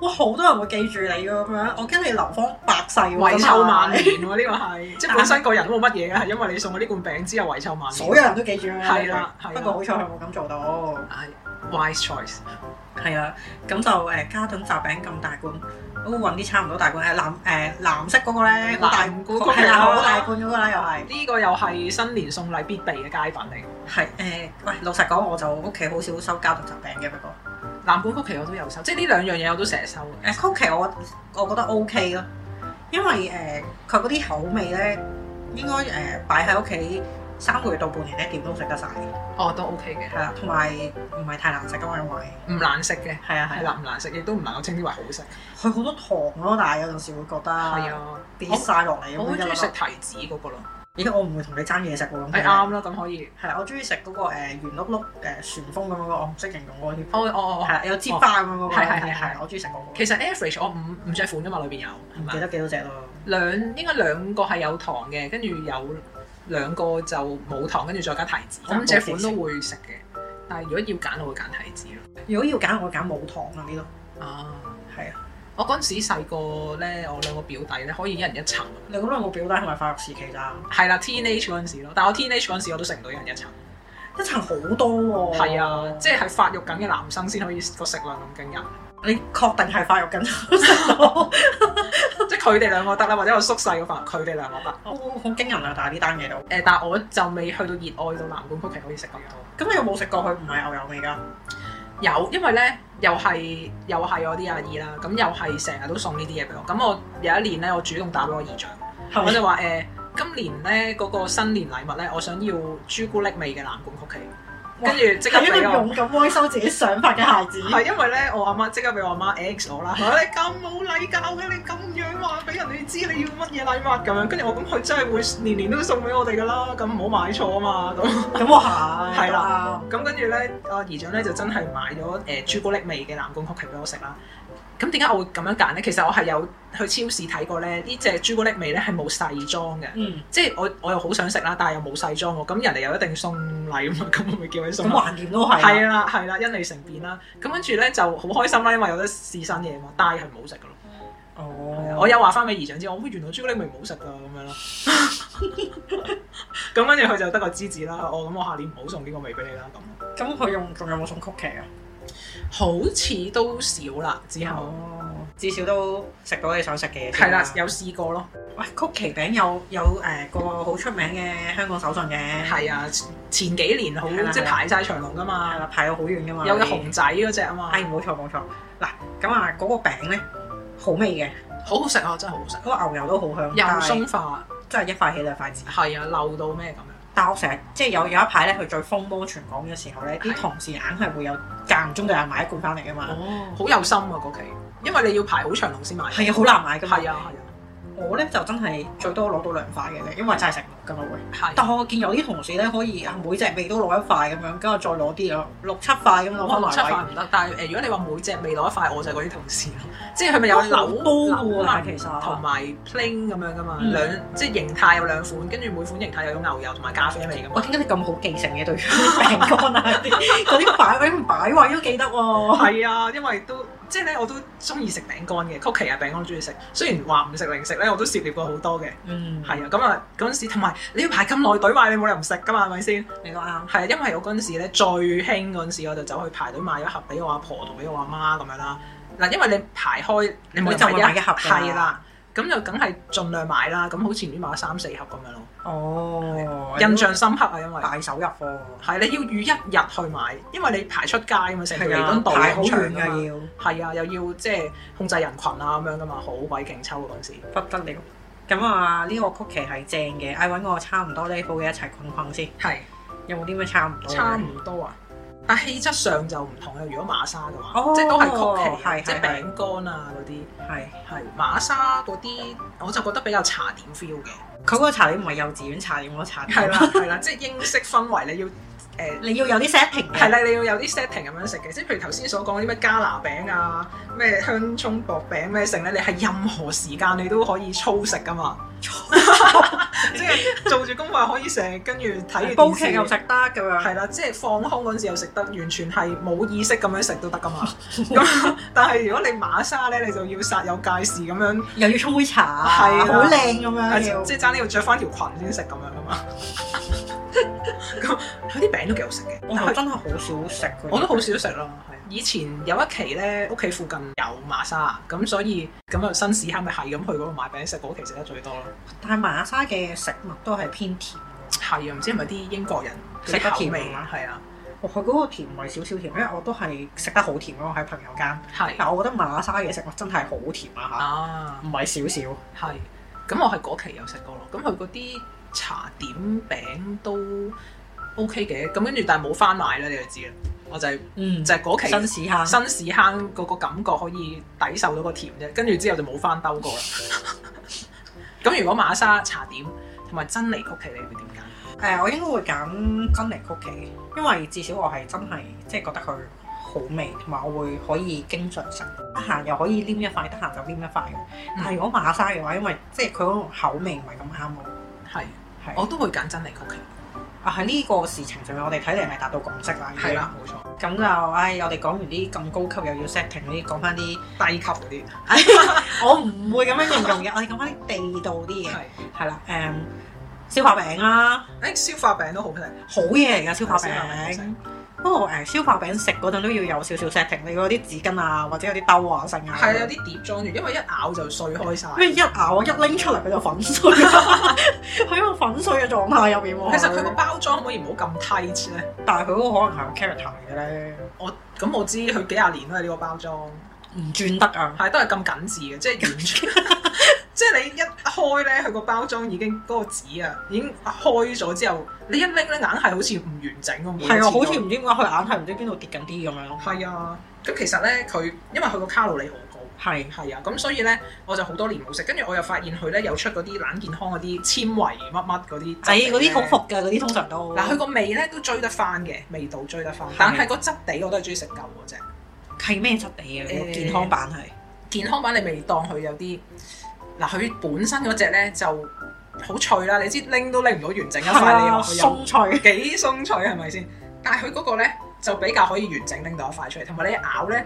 [SPEAKER 2] 哇好多人會記住你㗎咁樣，我驚你流芳百世喎。
[SPEAKER 1] 遺
[SPEAKER 2] 啊真
[SPEAKER 1] 臭
[SPEAKER 2] 係
[SPEAKER 1] 萬年喎，呢個係即係本身個人都冇乜嘢嘅，係因為你送我呢罐餅之後遺臭萬
[SPEAKER 2] 所有
[SPEAKER 1] 年。
[SPEAKER 2] 人都記住啦。
[SPEAKER 1] 係啦係啦
[SPEAKER 2] 不過好彩佢冇咁做到。
[SPEAKER 1] 係 wise choice。
[SPEAKER 2] 係啊，咁就誒嘉頓雜餅咁大罐，都揾啲差唔多大罐誒藍誒藍色嗰個咧，好大
[SPEAKER 1] 藍罐嗰個啊
[SPEAKER 2] 係啦，
[SPEAKER 1] 啦
[SPEAKER 2] 好大罐嗰個啦又係。
[SPEAKER 1] 呢個又係新年送禮必備嘅佳品嚟。
[SPEAKER 2] 係誒，喂，老實講，我就屋企好少收嘉頓雜餅嘅，不過
[SPEAKER 1] 藍罐曲奇我都有收，即係呢兩樣嘢我都成日收嘅。
[SPEAKER 2] 誒曲奇我我覺得 OK 咯，因為誒佢嗰啲口味咧，應該誒擺喺屋企三個月到半年咧，點都食得晒。
[SPEAKER 1] 哦，都 OK 嘅，
[SPEAKER 2] 係啦，同埋唔係太難食噶嘛，因為
[SPEAKER 1] 唔難食嘅。
[SPEAKER 2] 係啊
[SPEAKER 1] 係，啦，唔難食，亦都唔能夠稱之為好食。
[SPEAKER 2] 佢好多糖咯，但係有陣時會覺得
[SPEAKER 1] 係啊，
[SPEAKER 2] 跌晒落嚟咁樣
[SPEAKER 1] 我好
[SPEAKER 2] 一
[SPEAKER 1] 中
[SPEAKER 2] 粒
[SPEAKER 1] 意
[SPEAKER 2] 粒
[SPEAKER 1] 食提子嗰個咯。
[SPEAKER 2] 咦，我唔會同你爭嘢食喎。咁
[SPEAKER 1] 係啱啦，咁可以。
[SPEAKER 2] 係啊，我中意食嗰個誒圓碌碌誒旋風咁樣嗰個，我唔識形容嗰個添。
[SPEAKER 1] 哦哦哦
[SPEAKER 2] 係
[SPEAKER 1] 哦。
[SPEAKER 2] 啊，有支花咁樣嗰個。
[SPEAKER 1] 係係係係
[SPEAKER 2] 我中意食嗰個。
[SPEAKER 1] 其實 average 我五五隻款噶嘛，裏邊有係
[SPEAKER 2] 唔
[SPEAKER 1] 咪
[SPEAKER 2] 記？得幾多隻咯。
[SPEAKER 1] 兩應該兩個係有糖嘅，跟住有兩個就冇糖，跟住再加提子。
[SPEAKER 2] 咁
[SPEAKER 1] 咁隻款都會食嘅，但係如果要揀，我會揀提子咯。
[SPEAKER 2] 如果要揀，我揀冇糖嗰啲咯。
[SPEAKER 1] 啊！
[SPEAKER 2] 係啊，
[SPEAKER 1] 我嗰陣時細個咧，我兩個表弟咧可以一人一層，
[SPEAKER 2] 你嗰兩個表弟係咪發育時期咋？
[SPEAKER 1] 係啦，teenage 嗰陣時咯。但我 teenage 嗰陣時我都食唔到一人一層，
[SPEAKER 2] 一層好多喎。
[SPEAKER 1] 係啊，即係發育緊嘅男生先可以個食量咁驚人，
[SPEAKER 2] 你確定係發育緊食咯？
[SPEAKER 1] 即係佢哋兩個得啦，或者我縮細嗰份，佢哋兩個得。
[SPEAKER 2] 好好驚人啊！但係呢單嘢都。
[SPEAKER 1] 誒、但係我就未去到熱愛到藍罐曲奇可以食咁多。
[SPEAKER 2] 咁你有冇食過佢唔係牛油味㗎？
[SPEAKER 1] 有，因為咧又係又係我啲阿姨啦，咁又係成日都送呢啲嘢俾我。咁我有一年咧，我主動打俾我姨丈，
[SPEAKER 2] 係
[SPEAKER 1] 我
[SPEAKER 2] 咪？
[SPEAKER 1] 就話誒、今年咧嗰、個新年禮物咧，我想要朱古力味嘅藍罐曲奇。跟住即刻
[SPEAKER 2] 係一個
[SPEAKER 1] 俾我。
[SPEAKER 2] 勇敢威收自己想法嘅孩子。
[SPEAKER 1] 係因為咧，我阿媽即刻俾我阿媽 ex 我啦，佢話你咁冇禮教嘅，你咁樣話俾人哋知你要乜嘢禮物咁樣，跟住我咁佢真係會年年都送俾我哋噶啦，咁唔好買錯啊嘛咁。
[SPEAKER 2] 咁我係
[SPEAKER 1] 係啦，咁跟住咧，阿姨丈咧就真係買咗誒朱古力味嘅藍罐曲奇俾我食啦。咁點解我會咁樣揀咧？其實我係有去超市睇過咧，呢只朱古力味咧係冇細裝嘅。
[SPEAKER 2] 嗯，
[SPEAKER 1] 即係我我又好想食啦，但係又冇細裝喎，咁人哋又一定送禮啊嘛，咁我咪叫佢送
[SPEAKER 2] 咁
[SPEAKER 1] 啦
[SPEAKER 2] 橫掂都係。啊
[SPEAKER 1] 係啊啦，係啦，因利成變啦。咁跟住咧就好開心啦，因為有得試新嘢嘛。但係係唔好食噶咯。係啊
[SPEAKER 2] 哦，
[SPEAKER 1] 我有話翻俾姨丈知，我喂原來朱古力味唔好食噶咁樣啦。 咁跟住佢就得個芝子啦。我咁我下年唔好送呢個味俾你啦。咁
[SPEAKER 2] 咁佢用仲有冇送曲奇啊？
[SPEAKER 1] 好似都少啦，之後
[SPEAKER 2] 哦，啊至少都食到你想食嘅嘢。
[SPEAKER 1] 係啦，有試過咯。
[SPEAKER 2] 喂，曲奇餅有有誒個好出名嘅香港手信嘅，
[SPEAKER 1] 係啊，前幾年好
[SPEAKER 2] 係啦
[SPEAKER 1] 即係
[SPEAKER 2] 係啦
[SPEAKER 1] 排晒長龍噶
[SPEAKER 2] 係
[SPEAKER 1] 嘛，
[SPEAKER 2] 啦，啊排到好遠噶嘛。
[SPEAKER 1] 有隻熊仔嗰只啊嘛，
[SPEAKER 2] 係冇錯冇錯。嗱，咁啊嗰個餅咧好味嘅，
[SPEAKER 1] 好好食啊，真係好好食。
[SPEAKER 2] 嗰個牛油都好香，
[SPEAKER 1] 又
[SPEAKER 2] 但係
[SPEAKER 1] 鬆化，
[SPEAKER 2] 真係一塊起兩塊止。
[SPEAKER 1] 係啊，漏到咩咁樣？
[SPEAKER 2] 但我成日即係有有一排咧，佢最風靡全港嘅時候咧，啲
[SPEAKER 1] 係
[SPEAKER 2] 同事硬係會有間唔中就有人買一罐翻嚟噶嘛。
[SPEAKER 1] 哦，好有心啊嗰期，因為你要排好長龍先買。
[SPEAKER 2] 係啊，好難買噶嘛。
[SPEAKER 1] 係啊，
[SPEAKER 2] 我咧就真係最多攞到兩塊嘅啫，因為真係食唔落㗎嘛會。
[SPEAKER 1] 係啊，係。
[SPEAKER 2] 但我見有啲同事咧可以啊每隻味都攞一塊咁樣，跟住再攞啲咯，六七塊咁攞
[SPEAKER 1] 我
[SPEAKER 2] 翻
[SPEAKER 1] 六
[SPEAKER 2] 埋
[SPEAKER 1] 七塊
[SPEAKER 2] 位。
[SPEAKER 1] 唔得，但係誒，如果你話每隻未攞一塊，我就係嗰啲同事咯， 即係佢咪有
[SPEAKER 2] 都好
[SPEAKER 1] 扭
[SPEAKER 2] 多喎
[SPEAKER 1] 扭
[SPEAKER 2] 但係
[SPEAKER 1] 紋
[SPEAKER 2] 其實
[SPEAKER 1] 同埋 plain 咁樣噶嘛，
[SPEAKER 2] 嗯
[SPEAKER 1] 兩即係形態有兩款，跟住每款形態又有牛油同埋咖啡味噶
[SPEAKER 2] 我
[SPEAKER 1] 嘛。
[SPEAKER 2] 點解你咁好記性嘅對於餅乾啊啲嗰啲擺位唔擺位都記得喎？
[SPEAKER 1] 係啊，因為都即係咧，我都中意食餅乾嘅，曲奇啊餅乾都中意食。雖然話唔食零食咧，我都涉獵過好多嘅。
[SPEAKER 2] 嗯，
[SPEAKER 1] 係啊，咁啊嗰陣時同埋你要排咁耐隊買，你冇理由唔食噶嘛，係咪先？
[SPEAKER 2] 你講啱。
[SPEAKER 1] 係啊，因為我嗰陣時咧最興嗰陣時，我就走去排隊買咗盒俾我阿婆同俾我阿媽咁樣啦。嗱，因為你排開，你每
[SPEAKER 2] 你就會買一盒㗎啦
[SPEAKER 1] 啊係啦，咁就梗係盡量買啦。咁好似唔知買咗三四盒咁樣咯，
[SPEAKER 2] 哦，
[SPEAKER 1] 印象深刻啊，因為
[SPEAKER 2] 大手入貨，
[SPEAKER 1] 係你要預一日去買，因為你排出街啊嘛，成條
[SPEAKER 2] 係
[SPEAKER 1] 彌
[SPEAKER 2] 啊
[SPEAKER 1] 敦道
[SPEAKER 2] 排好
[SPEAKER 1] 咁長
[SPEAKER 2] 遠
[SPEAKER 1] 㗎
[SPEAKER 2] 㗎
[SPEAKER 1] 嘛，
[SPEAKER 2] 要，
[SPEAKER 1] 係啊，又要即係控制人群啊咁樣噶嘛，好鬼勁抽啊嗰陣時。
[SPEAKER 2] 不得了。咁啊，呢個曲奇係正嘅，嗌揾我差唔多 level 嘅一齊困困先。
[SPEAKER 1] 係
[SPEAKER 2] 有冇啲咩差唔多嘅？
[SPEAKER 1] 差唔多啊，但氣質上就唔同啦。如果馬莎嘅話，
[SPEAKER 2] 哦
[SPEAKER 1] 即係都係曲奇啊，
[SPEAKER 2] 係
[SPEAKER 1] 即係
[SPEAKER 2] 係係
[SPEAKER 1] 餅乾啊嗰啲。
[SPEAKER 2] 係。
[SPEAKER 1] 係馬莎嗰啲，我就覺得比較茶點 feel 嘅。
[SPEAKER 2] 佢嗰個茶點唔係幼稚園茶點嗰個茶點，
[SPEAKER 1] 係啦，係啦， 即係英式氛圍，你要誒
[SPEAKER 2] 你要有啲 setting
[SPEAKER 1] 係
[SPEAKER 2] 嘅。
[SPEAKER 1] 啦，你要有啲 setting 咁樣食嘅，即係譬如頭先所講啲咩加拿餅啊、咩香葱薄餅咩剩咧，你係任何時間你都可以粗食噶 嘛，即係做住功課可以食，跟住睇住
[SPEAKER 2] 煲
[SPEAKER 1] 電視
[SPEAKER 2] 劇又食得咁樣，
[SPEAKER 1] 係啦，即係放空嗰陣時又食得，完全係冇意識咁樣食都得噶嘛。 咁但係如果你馬莎咧，你就要煞有介事咁樣。
[SPEAKER 2] 又要沖杯茶，
[SPEAKER 1] 係啦
[SPEAKER 2] 好靚咁
[SPEAKER 1] 啊
[SPEAKER 2] 樣
[SPEAKER 1] 即
[SPEAKER 2] 要。
[SPEAKER 1] 即係爭呢要着翻條裙先食咁樣噶 嘛。咁佢啲餅都幾好食嘅，
[SPEAKER 2] 我
[SPEAKER 1] 但
[SPEAKER 2] 就
[SPEAKER 1] 係
[SPEAKER 2] 真係好少食佢。
[SPEAKER 1] 我都好少食咯。係啊以前有一期咧，屋企附近有馬莎，咁所以咁啊新市坑咪係咁去嗰度買餅食，嗰期食得最多咯。
[SPEAKER 2] 但係馬莎嘅食物都係偏甜。
[SPEAKER 1] 係啊，唔知係咪啲英國人
[SPEAKER 2] 食得
[SPEAKER 1] 嗰啲口
[SPEAKER 2] 甜
[SPEAKER 1] 味
[SPEAKER 2] 啊
[SPEAKER 1] 係啊，
[SPEAKER 2] 哦佢嗰個甜唔係少少甜，因為我都係食得好甜咯喺朋友間。
[SPEAKER 1] 係
[SPEAKER 2] 但我覺得馬莎嘅食物真係好甜啊
[SPEAKER 1] 啊
[SPEAKER 2] 嚇，唔係少少。
[SPEAKER 1] 係。咁我係嗰期有食過咯。咁佢嗰啲茶點餅都 OK 嘅，咁跟住但係冇翻買啦，你就知啦。我就係、
[SPEAKER 2] 嗯
[SPEAKER 1] 就係嗰期
[SPEAKER 2] 新市坑。
[SPEAKER 1] 新屎坑嗰個感覺可以抵受到個甜啫，跟住之後就冇翻兜過啦。 咁如果馬莎茶點同埋珍妮曲奇，你會點揀？
[SPEAKER 2] 誒、啊我應該會揀珍妮曲奇，因為至少我係真係即係覺得佢好味，同埋我會可以經常食，得閒又可以黏一塊，得閒就黏一塊嘅。
[SPEAKER 1] 嗯
[SPEAKER 2] 但係如果馬莎嘅話，因為即係佢嗰種口味唔係咁啱我。
[SPEAKER 1] 係，
[SPEAKER 2] 係
[SPEAKER 1] 我都會揀珍妮曲奇。
[SPEAKER 2] 啊，喺呢個事情上面，我哋睇嚟係達到共識啦。已經
[SPEAKER 1] 係，啦，冇錯，
[SPEAKER 2] 咁就唉、我哋講完啲咁高級又要 setting 嗰啲，講翻啲
[SPEAKER 1] 低級嗰啲
[SPEAKER 2] 我唔會咁樣形容嘅，我哋講翻啲地道啲嘅，
[SPEAKER 1] 係。
[SPEAKER 2] 係啦，誒、消化餅啊啦、
[SPEAKER 1] 誒，消化餅都好食，
[SPEAKER 2] 好啊嘢嚟㗎，消化
[SPEAKER 1] 係消化餅好
[SPEAKER 2] 餅
[SPEAKER 1] 食。
[SPEAKER 2] 不過誒，消化餅食嗰陣都要有少少 setting，你嗰啲紙巾啊，或者有啲兜啊，剩啊。
[SPEAKER 1] 係啊，有啲碟裝住，因為一咬就碎開晒。
[SPEAKER 2] 咩一咬一拎出嚟佢就粉 碎，佢喺個粉碎嘅狀態入面喎。
[SPEAKER 1] 其實佢個，包裝可唔可以唔好咁 tight 咧？
[SPEAKER 2] 但係佢嗰個可能係有 character 嘅咧，
[SPEAKER 1] 我咁我知佢幾廿年都係呢個包裝，
[SPEAKER 2] 唔轉得啊。
[SPEAKER 1] 係都係咁緊緻嘅，即係完全 即係你一開咧，佢個包裝已經嗰、個紙啊，已經開咗之後，你一拎咧，硬係好似唔完整咁。每一
[SPEAKER 2] 係啊，
[SPEAKER 1] 次都
[SPEAKER 2] 好似唔知點解佢硬係唔知邊度跌緊啲咁樣咯。
[SPEAKER 1] 係啊。咁其實咧，佢因為佢個卡路里好高，
[SPEAKER 2] 係
[SPEAKER 1] 係啊，咁所以咧，我就好多年冇食。跟住我又發現佢咧有出嗰啲懶健康嗰啲纖維乜乜嗰啲質地呢。
[SPEAKER 2] 仔哎嗰啲好服㗎，嗰啲通常都
[SPEAKER 1] 嗱，佢個味咧都追得翻嘅，味道追得翻
[SPEAKER 2] 係，
[SPEAKER 1] 但係個質地我都係中意食舊嗰只。
[SPEAKER 2] 係咩質地啊？你個
[SPEAKER 1] 誒
[SPEAKER 2] 健康版係
[SPEAKER 1] 健康版你咪當佢有啲嗱，佢本身嗰只咧就好脆啦，你知拎都拎唔到完整一塊，你話佢有
[SPEAKER 2] 啊鬆脆，
[SPEAKER 1] 幾鬆脆係咪先？但係佢嗰個咧就比較可以完整拎到一塊出嚟，同埋你咬咧。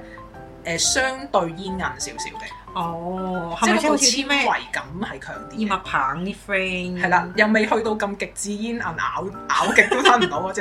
[SPEAKER 1] 誒、相對煙韌少少嘅，
[SPEAKER 2] 哦，
[SPEAKER 1] 即
[SPEAKER 2] 係咪
[SPEAKER 1] 係
[SPEAKER 2] 即係好
[SPEAKER 1] 個
[SPEAKER 2] 似
[SPEAKER 1] 纖
[SPEAKER 2] 啲咩
[SPEAKER 1] 維感係強
[SPEAKER 2] 燕
[SPEAKER 1] 啲嘅，
[SPEAKER 2] 麥棒啲 friend？
[SPEAKER 1] 係啦，又未去到咁極致煙韌咬咬極都吞唔到嗰只，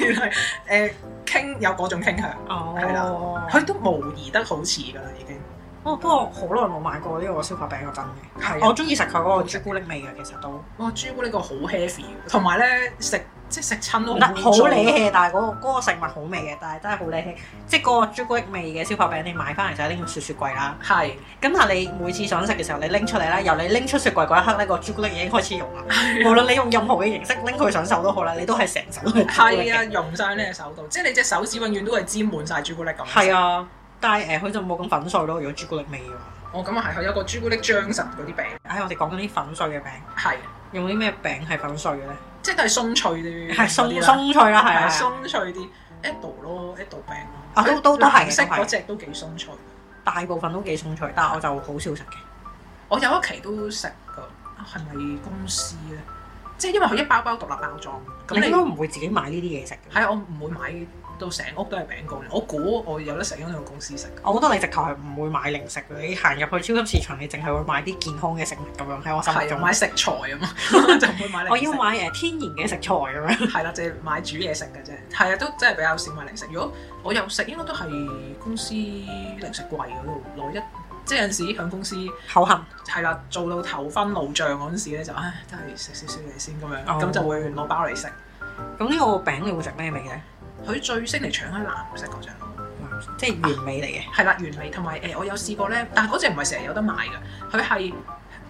[SPEAKER 1] 原來誒傾有嗰種傾向。係啦
[SPEAKER 2] 哦，
[SPEAKER 1] 佢都模擬得好似㗎啦，已經
[SPEAKER 2] 哦，不過好耐冇買過呢個消化餅個真嘅，
[SPEAKER 1] 係
[SPEAKER 2] 我
[SPEAKER 1] 啊！
[SPEAKER 2] 中意食佢嗰個朱古力味嘅，其實都
[SPEAKER 1] 哇，朱古力個好 heavy，同埋咧食即係食親都
[SPEAKER 2] 唔得好理
[SPEAKER 1] 理
[SPEAKER 2] 氣，但係嗰個嗰個食物好味嘅，但係真係好理氣。即係嗰個朱古力味嘅消化餅，你買翻嚟就一定要雪雪櫃啦。
[SPEAKER 1] 係
[SPEAKER 2] 咁但係你每次想食嘅時候，你拎出嚟啦，由你拎出雪櫃嗰一刻呢個朱古力已經開始溶啦。
[SPEAKER 1] 啊
[SPEAKER 2] 無論你用任何嘅形式拎佢上手都好啦，你都係成手去朱古 力
[SPEAKER 1] 係
[SPEAKER 2] 嘅。
[SPEAKER 1] 啊，用晒你隻手度，即係你隻手指永遠都係沾滿晒朱古力咁。
[SPEAKER 2] 係，啊，但係誒佢就冇咁粉碎咯。如果朱古力味嘅話，
[SPEAKER 1] 我咁啊係，佢有個朱古力漿實嗰啲餅，
[SPEAKER 2] 唉，我哋講緊啲粉碎嘅餅，
[SPEAKER 1] 係
[SPEAKER 2] 用啲咩餅係粉碎嘅咧？
[SPEAKER 1] 即係都係鬆脆啲，
[SPEAKER 2] 係鬆
[SPEAKER 1] 嗰啲啦
[SPEAKER 2] 鬆脆啦，係啊
[SPEAKER 1] 係
[SPEAKER 2] 係啊，
[SPEAKER 1] 鬆脆啲，Apple 咯，Apple 餅咯
[SPEAKER 2] 啊都都都係
[SPEAKER 1] 藍
[SPEAKER 2] 嘅
[SPEAKER 1] 色
[SPEAKER 2] 都係嘅
[SPEAKER 1] 嗰只都幾鬆脆。
[SPEAKER 2] 大部分都幾鬆脆，但係我就好少食嘅。
[SPEAKER 1] 我有一期都食㗎，啊係咪公司咧？即係因為佢一包包獨立包裝，咁
[SPEAKER 2] 你
[SPEAKER 1] 你
[SPEAKER 2] 應該唔會自己買呢啲嘢食嘅。
[SPEAKER 1] 係我唔會買到成屋都係餅乾，我估我有得食，因為我公司食。
[SPEAKER 2] 我覺得你直頭係唔會買零食嘅，你行入去超級市場，你淨係會買啲健康嘅食物咁樣喺我心目
[SPEAKER 1] 係
[SPEAKER 2] 中。
[SPEAKER 1] 買食材啊嘛， 就唔會買零食。
[SPEAKER 2] 我要買誒天然嘅食材咁樣。
[SPEAKER 1] 係啦，就係買煮嘢食嘅啫。係啊，都真係比較少買零食。如果我有食，應該都係公司零食櫃嗰度攞一，即係有陣時喺公司
[SPEAKER 2] 口痕
[SPEAKER 1] 係啦，做到頭昏腦脹嗰陣時咧，就唉都係食少少嘢先咁樣，
[SPEAKER 2] 哦
[SPEAKER 1] 咁、就會攞包嚟食。
[SPEAKER 2] 咁呢個餅你會食咩 味咧？
[SPEAKER 1] 佢最識嚟搶係藍色嗰只咯。
[SPEAKER 2] 即係原味嚟嘅。
[SPEAKER 1] 係啦，原味同埋誒，我有試過咧，但係嗰只唔係成日有得賣嘅，佢係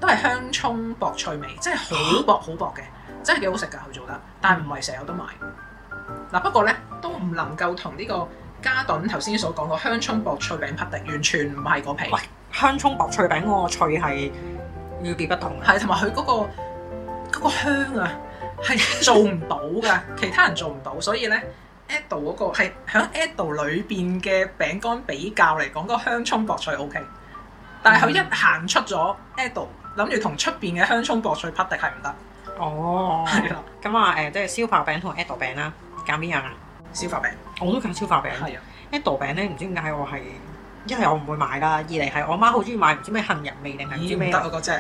[SPEAKER 1] 都係香葱薄脆味，即係好薄好薄嘅，真係幾好食㗎佢做得，但係唔係成日有得賣。嗱不過咧都唔能夠同呢個嘉頓頭先所講個香葱薄脆餅匹敵，完全唔係嗰皮
[SPEAKER 2] 喂，香葱薄脆餅嗰個脆係與別不同嘅。
[SPEAKER 1] 係同埋佢嗰個嗰、個香啊係 做唔到㗎，其他人做唔到，所以咧。Edo 嗰個係喺 Edo 裏邊嘅餅乾比較嚟講，嗰個香葱薄脆 OK，但係佢一行出咗 Edo，諗住同出邊嘅香葱薄脆匹敵係唔得，
[SPEAKER 2] 哦，
[SPEAKER 1] 係啦，
[SPEAKER 2] 咁啊誒，即係燒炮餅同 Edo 餅啦，揀邊樣啊？
[SPEAKER 1] 消化餅
[SPEAKER 2] 我都揀燒炮餅。
[SPEAKER 1] 係啊，
[SPEAKER 2] Edo 餅咧，唔知點解我係一係我唔會買啦，二嚟係我媽好中意買唔知咩杏仁味定係唔知
[SPEAKER 1] 咦
[SPEAKER 2] 咩
[SPEAKER 1] 唔得。啊嗰只，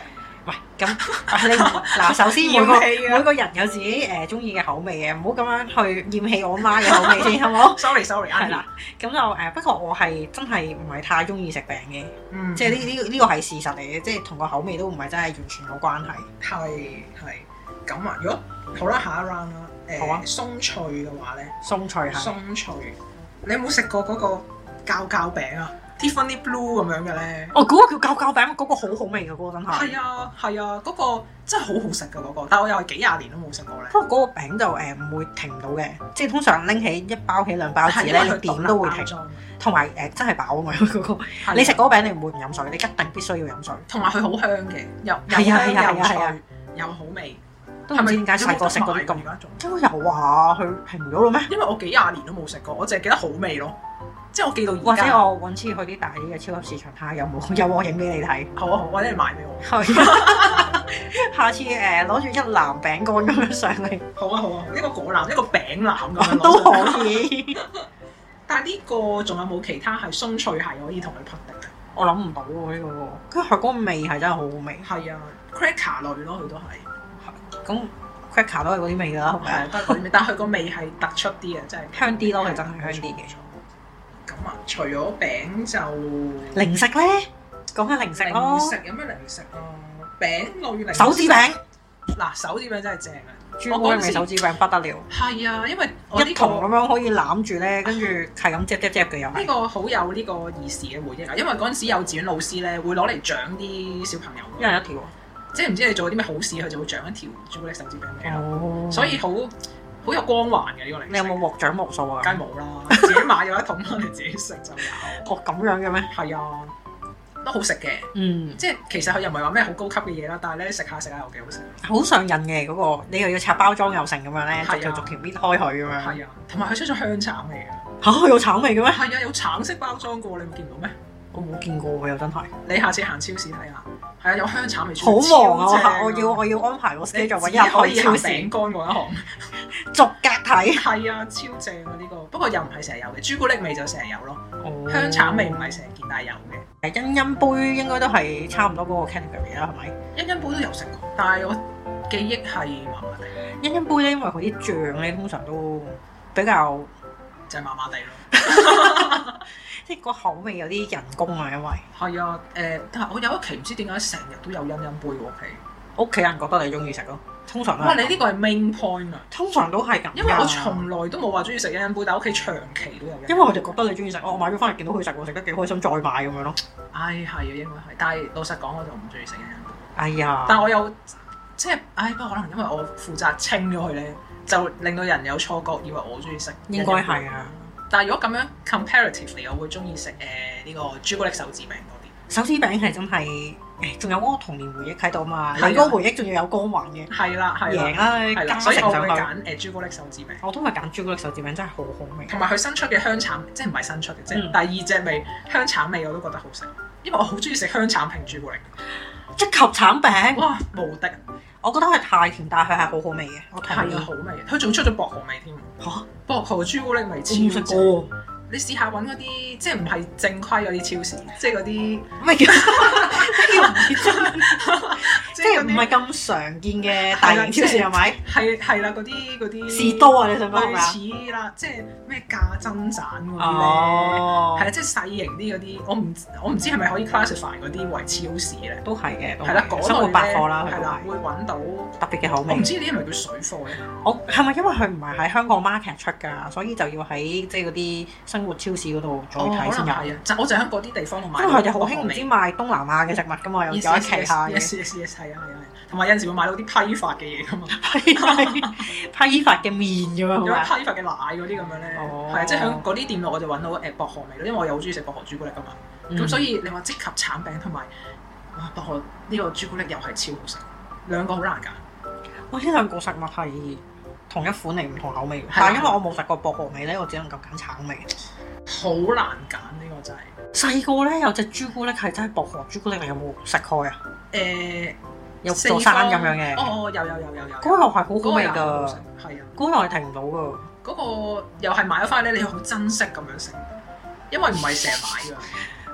[SPEAKER 2] 喂，咁啊你唔 嗱，首先每個
[SPEAKER 1] 厭棄啊
[SPEAKER 2] 每個人有自己誒中意嘅口味嘅，唔好咁樣去厭棄我媽嘅口味先，好 冇？
[SPEAKER 1] sorry sorry，
[SPEAKER 2] 係啦，咁就誒，不過我係真係唔係太中意食餅嘅，
[SPEAKER 1] 嗯，
[SPEAKER 2] 即係呢呢呢個係事實嚟嘅，即係同個口味都唔係真係完全有關係。
[SPEAKER 1] 係係咁啊，如果好啦下一 round 啦，誒、
[SPEAKER 2] 好啊
[SPEAKER 1] 鬆脆嘅話咧，
[SPEAKER 2] 鬆脆係
[SPEAKER 1] 鬆脆，你有冇食過嗰個膠膠餅啊？Tiffany Blue 咁樣嘅咧？
[SPEAKER 2] 哦，嗰個叫膠膠餅，嗰個好好味嘅嗰個真係。
[SPEAKER 1] 係啊，係啊，嗰、個真係好好食㗎嗰個，但我又係幾廿年都冇食過咧。
[SPEAKER 2] 不過嗰個餅就誒唔會停唔到嘅，即係通常拎起一包起兩包紙
[SPEAKER 1] 因
[SPEAKER 2] 咧，
[SPEAKER 1] 為
[SPEAKER 2] 你
[SPEAKER 1] 佢
[SPEAKER 2] 點
[SPEAKER 1] 點
[SPEAKER 2] 都
[SPEAKER 1] 都
[SPEAKER 2] 會
[SPEAKER 1] 會
[SPEAKER 2] 停
[SPEAKER 1] 停。，
[SPEAKER 2] 同埋誒真係飽啊嘛 嗰個。
[SPEAKER 1] 係啊
[SPEAKER 2] 你食嗰個餅你唔會唔飲水，你一定必須要飲水。
[SPEAKER 1] 同埋佢好香嘅，又又
[SPEAKER 2] 係啊係啊
[SPEAKER 1] 香又
[SPEAKER 2] 係啊
[SPEAKER 1] 脆又好味。
[SPEAKER 2] 都唔知點解細個食嗰
[SPEAKER 1] 有
[SPEAKER 2] 啲
[SPEAKER 1] 冇得
[SPEAKER 2] 咁
[SPEAKER 1] 賣㗎而。家仲
[SPEAKER 2] 應該有啊，佢平唔到咯咩？
[SPEAKER 1] 因為我幾廿年都冇食過，我淨係記得好味咯，即係我記到
[SPEAKER 2] 或
[SPEAKER 1] 而
[SPEAKER 2] 者
[SPEAKER 1] 家。
[SPEAKER 2] 我揾次去啲大啲嘅超級市場睇下有冇， 有我影俾你睇。
[SPEAKER 1] 好啊好啊，或者你買俾我。
[SPEAKER 2] 下次誒攞住一籃餅乾咁樣上嚟
[SPEAKER 1] 好啊好啊，一個果籃，一個餅籃咁樣攞
[SPEAKER 2] 都
[SPEAKER 1] 上嚟。
[SPEAKER 2] 可以。
[SPEAKER 1] 但係呢個仲有冇其他係鬆脆係可以同佢匹敵嘅？
[SPEAKER 2] 我諗唔到喎呢個，佢佢嗰個味係真係好好味。
[SPEAKER 1] 係啊，cracker 類咯，佢都係
[SPEAKER 2] 啊咁 cracker 都係嗰啲味㗎啦，係咪
[SPEAKER 1] 係啊
[SPEAKER 2] 啊？
[SPEAKER 1] 都係嗰啲味， 但係佢個味係突出啲嘅，真係
[SPEAKER 2] 香啲咯，佢真係香啲嘅。
[SPEAKER 1] 咁啊，除咗餅就
[SPEAKER 2] 零食咧，講下零食咯
[SPEAKER 1] 零。食有咩零食啊？餅類零食
[SPEAKER 2] 手指餅，
[SPEAKER 1] 嗱手指餅真係正啊！
[SPEAKER 2] 朱古力味手指餅不得了，
[SPEAKER 1] 係啊，因為我
[SPEAKER 2] 一
[SPEAKER 1] 呢、
[SPEAKER 2] 筒
[SPEAKER 1] 個
[SPEAKER 2] 咁樣可以攬住咧，跟住係咁摺摺摺嘅又
[SPEAKER 1] 呢
[SPEAKER 2] 係。
[SPEAKER 1] 個好有呢個兒時嘅回憶啊，因為嗰陣時幼稚園老師咧會攞嚟獎啲小朋友㗎，
[SPEAKER 2] 一人一條。
[SPEAKER 1] 即係唔知你做啲咩好事，佢就會獎一條朱古力手指餅俾你咯。
[SPEAKER 2] 哦
[SPEAKER 1] 所以好好有光環嘅呢、個零食。
[SPEAKER 2] 你有冇獲獎無數啊？
[SPEAKER 1] 梗係冇啦，自己買咗一桶翻嚟自己食就有。
[SPEAKER 2] 哦咁樣嘅咩？
[SPEAKER 1] 係啊，都好食嘅。
[SPEAKER 2] 嗯，
[SPEAKER 1] 即係其實佢又唔係話咩好高級嘅嘢啦，但係咧食下食下又幾好食。
[SPEAKER 2] 好上癮嘅嗰、個，你又要拆包裝又成咁樣咧，
[SPEAKER 1] 係啊
[SPEAKER 2] 逐條逐條搣開佢咁樣。
[SPEAKER 1] 係啊，同埋佢出咗香橙味嘅。
[SPEAKER 2] 嚇、有橙味嘅咩？
[SPEAKER 1] 係啊，有橙色包裝過，你冇見到咩？
[SPEAKER 2] 我冇見過喎，又真係。
[SPEAKER 1] 你下次行超市睇下，係啊，有香橙味。
[SPEAKER 2] 好忙
[SPEAKER 1] 超正
[SPEAKER 2] 啊！我要我要安排個 schedule
[SPEAKER 1] 你
[SPEAKER 2] 揾
[SPEAKER 1] 只可
[SPEAKER 2] 日
[SPEAKER 1] 以
[SPEAKER 2] 去
[SPEAKER 1] 行
[SPEAKER 2] 超
[SPEAKER 1] 餅
[SPEAKER 2] 市
[SPEAKER 1] 乾嗰一行。
[SPEAKER 2] 逐格睇。
[SPEAKER 1] 係啊，超正啊呢個。不過又唔係成日有嘅，朱古力味就成日有咯，
[SPEAKER 2] 哦
[SPEAKER 1] 香橙味唔係成日見，但係有嘅。
[SPEAKER 2] 誒欣欣杯應該都係差唔多嗰個 category 啦，係咪？
[SPEAKER 1] 欣欣杯都有食過，但係我記憶係麻麻地，
[SPEAKER 2] 欣欣杯咧，因為佢啲醬咧通常都比較
[SPEAKER 1] 就係麻麻地咯。
[SPEAKER 2] 即係個口味有啲人工啊，因為
[SPEAKER 1] 係啊，誒、但係我有一期唔知點解成日都有欣欣杯喎屋企。
[SPEAKER 2] 屋企人覺得你中意食咯，通常都
[SPEAKER 1] 哇！
[SPEAKER 2] 係
[SPEAKER 1] 你呢個係 main point 啊，
[SPEAKER 2] 通常都係咁㗎。
[SPEAKER 1] 因為我從來都冇話中意食欣欣杯，但係屋企長期都有欣欣杯。
[SPEAKER 2] 因為我哋覺得你中意食，哦我買咗翻嚟見到佢食，我食得幾開心，再買咁樣咯。
[SPEAKER 1] 唉係啊，應該係，但係老實講我就唔中意食欣欣杯，
[SPEAKER 2] 哎呀，
[SPEAKER 1] 但我又即係唉，不過可能因為我負責清咗佢咧，就令到人有錯覺以為我中意食。
[SPEAKER 2] 應該。係啊。
[SPEAKER 1] 但係如果咁樣 comparatively，我會中意食誒呢個朱古力手指餅多啲。
[SPEAKER 2] 手指餅係真係，誒仲有嗰個童年回憶喺度嘛，
[SPEAKER 1] 係啊
[SPEAKER 2] 你嗰個回憶仲要有光環嘅，
[SPEAKER 1] 係啦，係啦
[SPEAKER 2] 贏。啦，
[SPEAKER 1] 係
[SPEAKER 2] 加
[SPEAKER 1] 啦，
[SPEAKER 2] 成
[SPEAKER 1] 所以我
[SPEAKER 2] 上
[SPEAKER 1] 會
[SPEAKER 2] 去。
[SPEAKER 1] 揀誒朱古力手指餅，
[SPEAKER 2] 我都係揀朱古力手指餅，真係好好味。
[SPEAKER 1] 同埋佢新出嘅香橙，即係唔係新出嘅，即
[SPEAKER 2] 嗯
[SPEAKER 1] 係第二隻味香橙味我都覺得好食，因為我好中意食香橙拼朱古力，
[SPEAKER 2] 即及橙餅，
[SPEAKER 1] 哇無敵，啊
[SPEAKER 2] 我覺得係太甜，但係佢係好好味嘅。我同
[SPEAKER 1] 係
[SPEAKER 2] 意
[SPEAKER 1] 啊好味，佢仲出咗薄荷味添，
[SPEAKER 2] 嚇，我
[SPEAKER 1] 薄荷朱古力味超
[SPEAKER 2] 嗯冇食
[SPEAKER 1] 正，
[SPEAKER 2] 過，
[SPEAKER 1] 你試下揾嗰啲即係唔係正規嗰啲超市， 即係嗰啲
[SPEAKER 2] 咩 叫
[SPEAKER 1] 即係嗰啲
[SPEAKER 2] 咩叫唔知 即係唔係咁常見嘅大型超市
[SPEAKER 1] 係
[SPEAKER 2] 係咪？
[SPEAKER 1] 係係啦嗰啲嗰啲
[SPEAKER 2] 士多啊，你想講係咪啊？
[SPEAKER 1] 類似啦，即係咩價真盞嗰啲咧。
[SPEAKER 2] 哦
[SPEAKER 1] 係，啦，啊即係細型啲嗰啲，我唔我唔知係咪可以 classify 嗰啲為超市咧。
[SPEAKER 2] 都係嘅，都
[SPEAKER 1] 係啦，
[SPEAKER 2] 係
[SPEAKER 1] 嗰
[SPEAKER 2] 嘅生活
[SPEAKER 1] 類
[SPEAKER 2] 百貨
[SPEAKER 1] 咧
[SPEAKER 2] 啦，佢
[SPEAKER 1] 係
[SPEAKER 2] 都
[SPEAKER 1] 啦，
[SPEAKER 2] 係
[SPEAKER 1] 會揾到。
[SPEAKER 2] 特別嘅口
[SPEAKER 1] 我唔
[SPEAKER 2] 味。
[SPEAKER 1] 知呢啲係咪叫水貨啊咧？
[SPEAKER 2] 我係咪因為佢唔係喺香港 market 出㗎，所以就要喺即係嗰啲生活超市嗰度再
[SPEAKER 1] 哦，可
[SPEAKER 2] 睇先
[SPEAKER 1] 能
[SPEAKER 2] 有？
[SPEAKER 1] 係啊，就我就喺嗰啲地方度買。
[SPEAKER 2] 因為佢哋好興唔知賣東南亞嘅食物㗎嘛，有有一期
[SPEAKER 1] yes
[SPEAKER 2] 係
[SPEAKER 1] yes yes yes 係啊係啊，同埋有陣時會買到啲批發嘅嘢㗎 嘛，
[SPEAKER 2] 批 批發嘅面咁樣
[SPEAKER 1] 有
[SPEAKER 2] 好嘛？
[SPEAKER 1] 啲批發嘅奶嗰啲咁樣咧，
[SPEAKER 2] 啊哦
[SPEAKER 1] 係啊，即係喺嗰啲店度我就揾到誒薄荷味咯，因為我又好中意食薄荷朱古力㗎嘛，咁
[SPEAKER 2] 嗯
[SPEAKER 1] 所以你話即及橙餅同埋哇薄荷呢個朱古力又係超好食，兩個好難揀，
[SPEAKER 2] 哇！呢兩個食物係同一款嚟，唔同口味嘅。
[SPEAKER 1] 係啊
[SPEAKER 2] 但係因為我冇食過薄荷味咧，我只能夠揀橙味。
[SPEAKER 1] 好難揀呢個真係。
[SPEAKER 2] 細個咧有隻朱古力係真係薄荷朱古力，你有冇食開啊？
[SPEAKER 1] 誒
[SPEAKER 2] 有座山咁樣嘅，
[SPEAKER 1] 哦哦有有有有有，
[SPEAKER 2] 嗰個又係好
[SPEAKER 1] 嗰個
[SPEAKER 2] 好味
[SPEAKER 1] 又好食
[SPEAKER 2] 㗎，
[SPEAKER 1] 係啊，
[SPEAKER 2] 嗰個又係停唔到㗎。
[SPEAKER 1] 嗰個又係買咗翻咧，你好珍惜咁樣食，因為唔係成日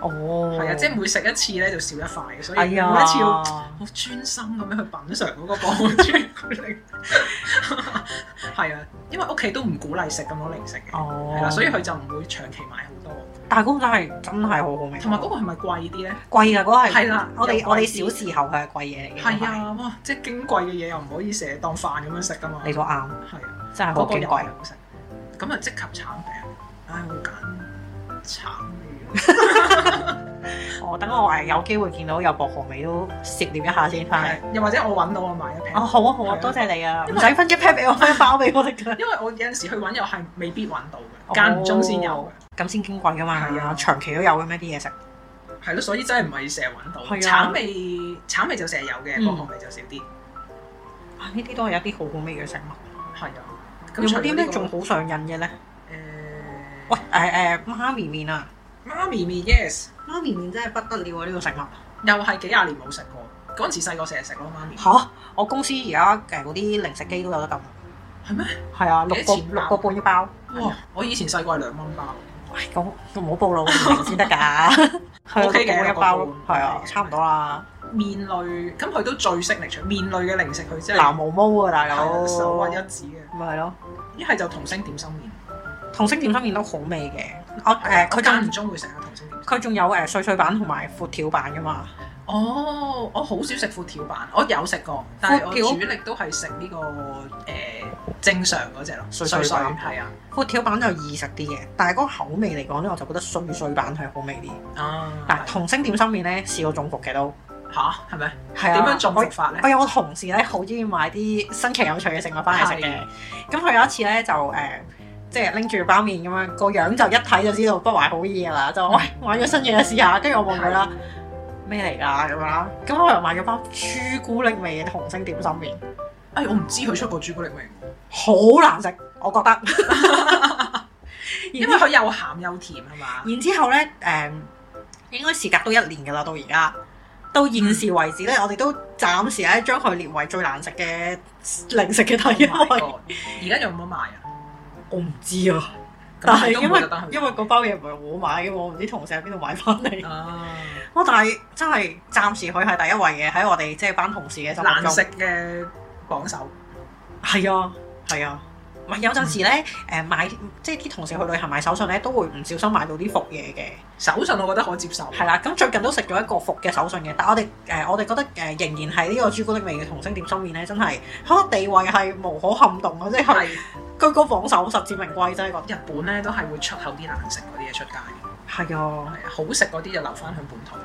[SPEAKER 2] 哦，
[SPEAKER 1] 買㗎，係啊，即係每食一次咧就少一塊嘅，所以
[SPEAKER 2] 哎
[SPEAKER 1] 每一次
[SPEAKER 2] 呀，
[SPEAKER 1] 要好專心咁樣去品嘗嗰個薄荷朱古力， 係啊，因為屋企都唔鼓勵食咁多零食嘅，
[SPEAKER 2] 哦，
[SPEAKER 1] 係啦，所以佢就唔會長期買好多，
[SPEAKER 2] 但係嗰個真係真係好好味，
[SPEAKER 1] 同埋嗰個係咪貴啲咧？
[SPEAKER 2] 貴㗎，嗰個係
[SPEAKER 1] 係啦，又
[SPEAKER 2] 我
[SPEAKER 1] 貴
[SPEAKER 2] 哋
[SPEAKER 1] 啲
[SPEAKER 2] 我哋小時候佢係貴嘢嚟嘅，
[SPEAKER 1] 係啊，哇！即係矜貴嘅嘢又唔可以成日當飯咁樣食㗎嘛，
[SPEAKER 2] 嗰個係，你
[SPEAKER 1] 係
[SPEAKER 2] 都啱，
[SPEAKER 1] 啊。
[SPEAKER 2] 真係
[SPEAKER 1] 嗰
[SPEAKER 2] 好
[SPEAKER 1] 個
[SPEAKER 2] 矜
[SPEAKER 1] 又
[SPEAKER 2] 貴
[SPEAKER 1] 係。好食。咁啊，即及橙餅，唉，我揀橙味
[SPEAKER 2] 我哦等我誒有機會見到有薄荷味都涉獵一下先翻嚟。
[SPEAKER 1] 嘅，又或者我揾到我買一
[SPEAKER 2] 哦，
[SPEAKER 1] 瓶，
[SPEAKER 2] 好啊好
[SPEAKER 1] 係
[SPEAKER 2] 啊，
[SPEAKER 1] 啊
[SPEAKER 2] 多謝你啊，
[SPEAKER 1] 因
[SPEAKER 2] 唔
[SPEAKER 1] 為
[SPEAKER 2] 使分一 pair 俾我，分一包俾我得㗎。
[SPEAKER 1] 因為我有陣時去揾又係未必揾到
[SPEAKER 2] 哦
[SPEAKER 1] 嘅，間唔中先有
[SPEAKER 2] 咁先矜貴㗎嘛，
[SPEAKER 1] 係啊
[SPEAKER 2] 長期都有嘅咩啲嘢食？
[SPEAKER 1] 嘅，係咯，所以真係唔係成日揾到。
[SPEAKER 2] 係啊
[SPEAKER 1] 橙味橙味就成日有嘅，
[SPEAKER 2] 嗯
[SPEAKER 1] 薄荷味就少啲。
[SPEAKER 2] 啊，呢啲都係有啲好好味嘅食物。
[SPEAKER 1] 係啊，
[SPEAKER 2] 有
[SPEAKER 1] 咁除
[SPEAKER 2] 冇
[SPEAKER 1] 咗
[SPEAKER 2] 啲
[SPEAKER 1] 呢
[SPEAKER 2] 咩
[SPEAKER 1] 個
[SPEAKER 2] 仲好上癮嘅咧？喂
[SPEAKER 1] 誒，
[SPEAKER 2] 誒誒，媽咪面啊，
[SPEAKER 1] 媽咪麵 yes，
[SPEAKER 2] 媽咪面真係不得了啊！呢個食物
[SPEAKER 1] 又係幾廿年冇食過，嗰陣時細個成日食咯媽咪，
[SPEAKER 2] 嚇，我公司而家誒嗰啲零食機都有得撳。
[SPEAKER 1] 係咩？
[SPEAKER 2] 係啊，六
[SPEAKER 1] 幾
[SPEAKER 2] 個
[SPEAKER 1] 錢包
[SPEAKER 2] 六個半一包。啊
[SPEAKER 1] 哇！我以前細個係兩蚊包，
[SPEAKER 2] 喂，咁唔好暴露年齡先得㗎。 係啊
[SPEAKER 1] OK 嘅
[SPEAKER 2] 六個半一包咯
[SPEAKER 1] 六個，
[SPEAKER 2] 係
[SPEAKER 1] 半
[SPEAKER 2] 啊，差唔多啦。
[SPEAKER 1] 麵類咁佢都最識嚟除麵類嘅零食，佢真係
[SPEAKER 2] 藍毛毛啊，大佬，
[SPEAKER 1] 手屈一指嘅。
[SPEAKER 2] 咪係咯。
[SPEAKER 1] 一係就童星點心麵，
[SPEAKER 2] 同星點心麵都好味嘅，我誒佢
[SPEAKER 1] 間唔
[SPEAKER 2] 仲
[SPEAKER 1] 中會食下童星點心。
[SPEAKER 2] 佢仲有誒碎碎版同埋闊條版噶嘛，
[SPEAKER 1] 哦，我好少食闊條板，我有食過，但係我
[SPEAKER 2] 闊條
[SPEAKER 1] 主力都係食呢個誒正常嗰只咯，
[SPEAKER 2] 碎
[SPEAKER 1] 碎
[SPEAKER 2] 碎
[SPEAKER 1] 碎
[SPEAKER 2] 版
[SPEAKER 1] 係啊，
[SPEAKER 2] 闊條版就易食啲嘅，但係嗰個口味嚟講咧，我就覺得碎碎版係好味啲。
[SPEAKER 1] 啊
[SPEAKER 2] 嗱，同星點心面咧試過中伏嘅都
[SPEAKER 1] 嚇係咪？
[SPEAKER 2] 係啊。
[SPEAKER 1] 點樣中
[SPEAKER 2] 我
[SPEAKER 1] 伏法咧
[SPEAKER 2] 我？有個同事咧，好中意買啲新奇有趣嘅食物翻嚟食嘅。咁佢有一次咧就誒、呃即係拎住包面咁樣，個樣就一睇就知道不懷好意噶啦。
[SPEAKER 1] 嗯
[SPEAKER 2] 就話喂買咗新嘢試下，跟住我問佢啦咩嚟㗎咁樣啦。咁我又買咗包朱古力味嘅同星點心面，
[SPEAKER 1] 哎，我唔知佢出過朱古力味，
[SPEAKER 2] 好難食，我覺得。
[SPEAKER 1] 因為佢又鹹又甜係 嘛？
[SPEAKER 2] 然之後咧，誒、應該時隔都一年㗎啦，到而家，到現時為止咧，
[SPEAKER 1] 嗯
[SPEAKER 2] 我哋都暫時咧將佢列為最難食嘅零食嘅
[SPEAKER 1] Oh
[SPEAKER 2] 第一
[SPEAKER 1] my
[SPEAKER 2] 位。
[SPEAKER 1] God，而家有冇得賣啊？
[SPEAKER 2] 我唔知啊，
[SPEAKER 1] 咁
[SPEAKER 2] 但係
[SPEAKER 1] 你都
[SPEAKER 2] 因
[SPEAKER 1] 冇
[SPEAKER 2] 為
[SPEAKER 1] 特登去
[SPEAKER 2] 因為嗰包嘢唔係我買嘅，我唔知同事喺邊度買翻 嚟。
[SPEAKER 1] 啊
[SPEAKER 2] 哇！但係真係暫時佢係第一位嘅，喺我哋即係班同事嘅心目
[SPEAKER 1] 難
[SPEAKER 2] 中
[SPEAKER 1] 食。嘅榜首，
[SPEAKER 2] 係啊，係啊。唔係有陣時咧，誒、
[SPEAKER 1] 嗯
[SPEAKER 2] 買即係啲同事去旅行買手信咧，都會唔小心買到啲服嘢嘅。
[SPEAKER 1] 手信我覺得可接受。
[SPEAKER 2] 係啦，咁最近都食咗一個服嘅手信嘅，但我哋誒、呃我哋覺得誒、呃仍然係呢個朱古力味嘅同星點心面咧，真係嗰個地位係無可撼動啊嘅，即係
[SPEAKER 1] 係
[SPEAKER 2] 居高榜首、實至名歸，真係覺
[SPEAKER 1] 日本咧都係會出口啲難食嗰啲嘢出街，係
[SPEAKER 2] 得係啊。
[SPEAKER 1] 啊好食嗰啲就留翻去本土。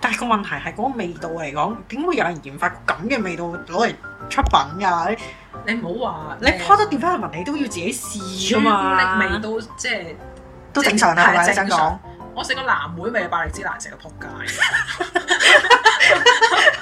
[SPEAKER 2] 但係個問題係嗰個味道嚟講，點會有人研發咁嘅味道攞嚟出品㗎？
[SPEAKER 1] 你唔好話呃
[SPEAKER 2] 你
[SPEAKER 1] 誒
[SPEAKER 2] product development 你都要自己試
[SPEAKER 1] 啊朱
[SPEAKER 2] 㗎
[SPEAKER 1] 古
[SPEAKER 2] 嘛，
[SPEAKER 1] 力味都即係
[SPEAKER 2] 都正常啦，係
[SPEAKER 1] 係
[SPEAKER 2] 咪
[SPEAKER 1] 啊
[SPEAKER 2] 真
[SPEAKER 1] 正
[SPEAKER 2] 講
[SPEAKER 1] 常？我食個藍莓味嘅百力滋難食嘅撲街，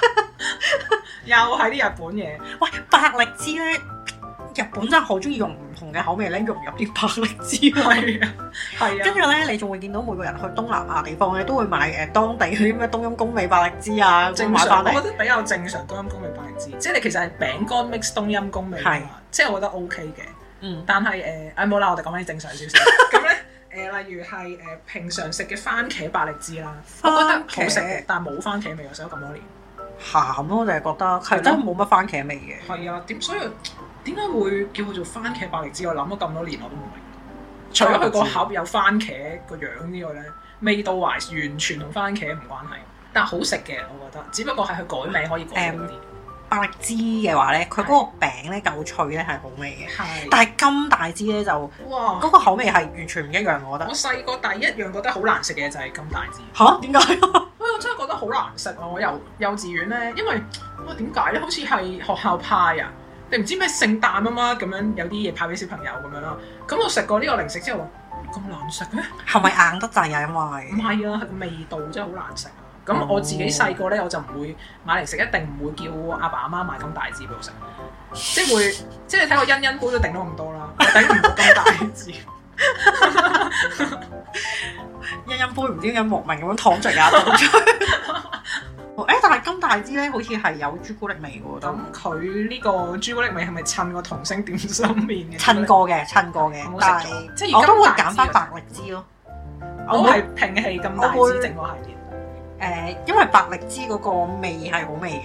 [SPEAKER 1] 又係啲日本嘢。
[SPEAKER 2] 喂，百力滋咧，日本真係好中意用唔同嘅口味咧融入啲百力滋嚟。
[SPEAKER 1] 係啊，係
[SPEAKER 2] 跟
[SPEAKER 1] 啊，
[SPEAKER 2] 住咧，你仲會見到每個人去東南亞地方咧，都會買誒、當地嗰啲咩東陰公味百力滋啊，咁
[SPEAKER 1] 正
[SPEAKER 2] 買
[SPEAKER 1] 常，
[SPEAKER 2] 翻
[SPEAKER 1] 我
[SPEAKER 2] 嚟。
[SPEAKER 1] 覺得比較正常冬陰功味百力滋，即係你其實係餅乾 mix 冬陰功味啊
[SPEAKER 2] 係
[SPEAKER 1] 嘛，即係我覺得 OK 嘅。
[SPEAKER 2] 嗯，
[SPEAKER 1] 但係誒，唉、冇啦，我哋講翻啲正常少少。 咁咧誒，例如係誒、呃平常食嘅番茄百力滋啦，我覺得好食
[SPEAKER 2] 番茄
[SPEAKER 1] 嘅，但係冇番茄味，我食咗咁多年。
[SPEAKER 2] 鹹咯，我就係覺得係真係冇乜番茄味嘅。
[SPEAKER 1] 係啊，點所以點解會叫佢做番茄百力滋？我諗咗咁多年我都唔明。除咗佢個盒有番茄個樣之外咧，味道懷完全同番茄唔關係，但係好食嘅，我覺得。只不過係佢改名可以改好啲。
[SPEAKER 2] 百力滋嘅話咧，佢嗰個餅咧夠脆咧係好味嘅，
[SPEAKER 1] 係、
[SPEAKER 2] 但係金大支咧就嗰、
[SPEAKER 1] 哇！
[SPEAKER 2] 個口味係完全唔一樣，我覺
[SPEAKER 1] 我
[SPEAKER 2] 得。
[SPEAKER 1] 細個第一樣覺得好難食嘅就係咁大支。
[SPEAKER 2] 吓？點解？
[SPEAKER 1] 喂，我真係覺得好難食啊！我由幼稚園咧，因為哇點解咧？好似係學校派啊，定唔知咩聖誕啊嘛咁樣，有啲嘢派俾小朋友咁樣啦。咁我食過呢個零食之後，話咁難食咩？
[SPEAKER 2] 係咪硬得滯啊？
[SPEAKER 1] 唔
[SPEAKER 2] 因為
[SPEAKER 1] 係啊，個味道真係好難食啊！
[SPEAKER 2] 哦
[SPEAKER 1] 咁我自己細個咧，我就唔會買嚟食，一定唔會叫阿爸阿媽買咁大支俾我食，即係會即係你睇我欣欣杯都頂到咁多啦，我頂唔到咁大支。
[SPEAKER 2] 一飲杯唔知點解莫名咁樣躺着也倒出。 誒，但係金大支咧，好似係有朱古力味嘅喎，都
[SPEAKER 1] 咁佢呢個朱古力味係咪襯個童星點心麵嘅？
[SPEAKER 2] 襯過嘅，襯過嘅，
[SPEAKER 1] 我冇
[SPEAKER 2] 但
[SPEAKER 1] 食
[SPEAKER 2] 係
[SPEAKER 1] 咗即係
[SPEAKER 2] 我
[SPEAKER 1] 而家
[SPEAKER 2] 都會
[SPEAKER 1] 咁大
[SPEAKER 2] 揀翻
[SPEAKER 1] 支
[SPEAKER 2] 百力滋咯。
[SPEAKER 1] 我
[SPEAKER 2] 會誒、
[SPEAKER 1] 係摒棄咁大
[SPEAKER 2] 我會
[SPEAKER 1] 支整個系列，
[SPEAKER 2] 呃因為百力滋嗰個味係好味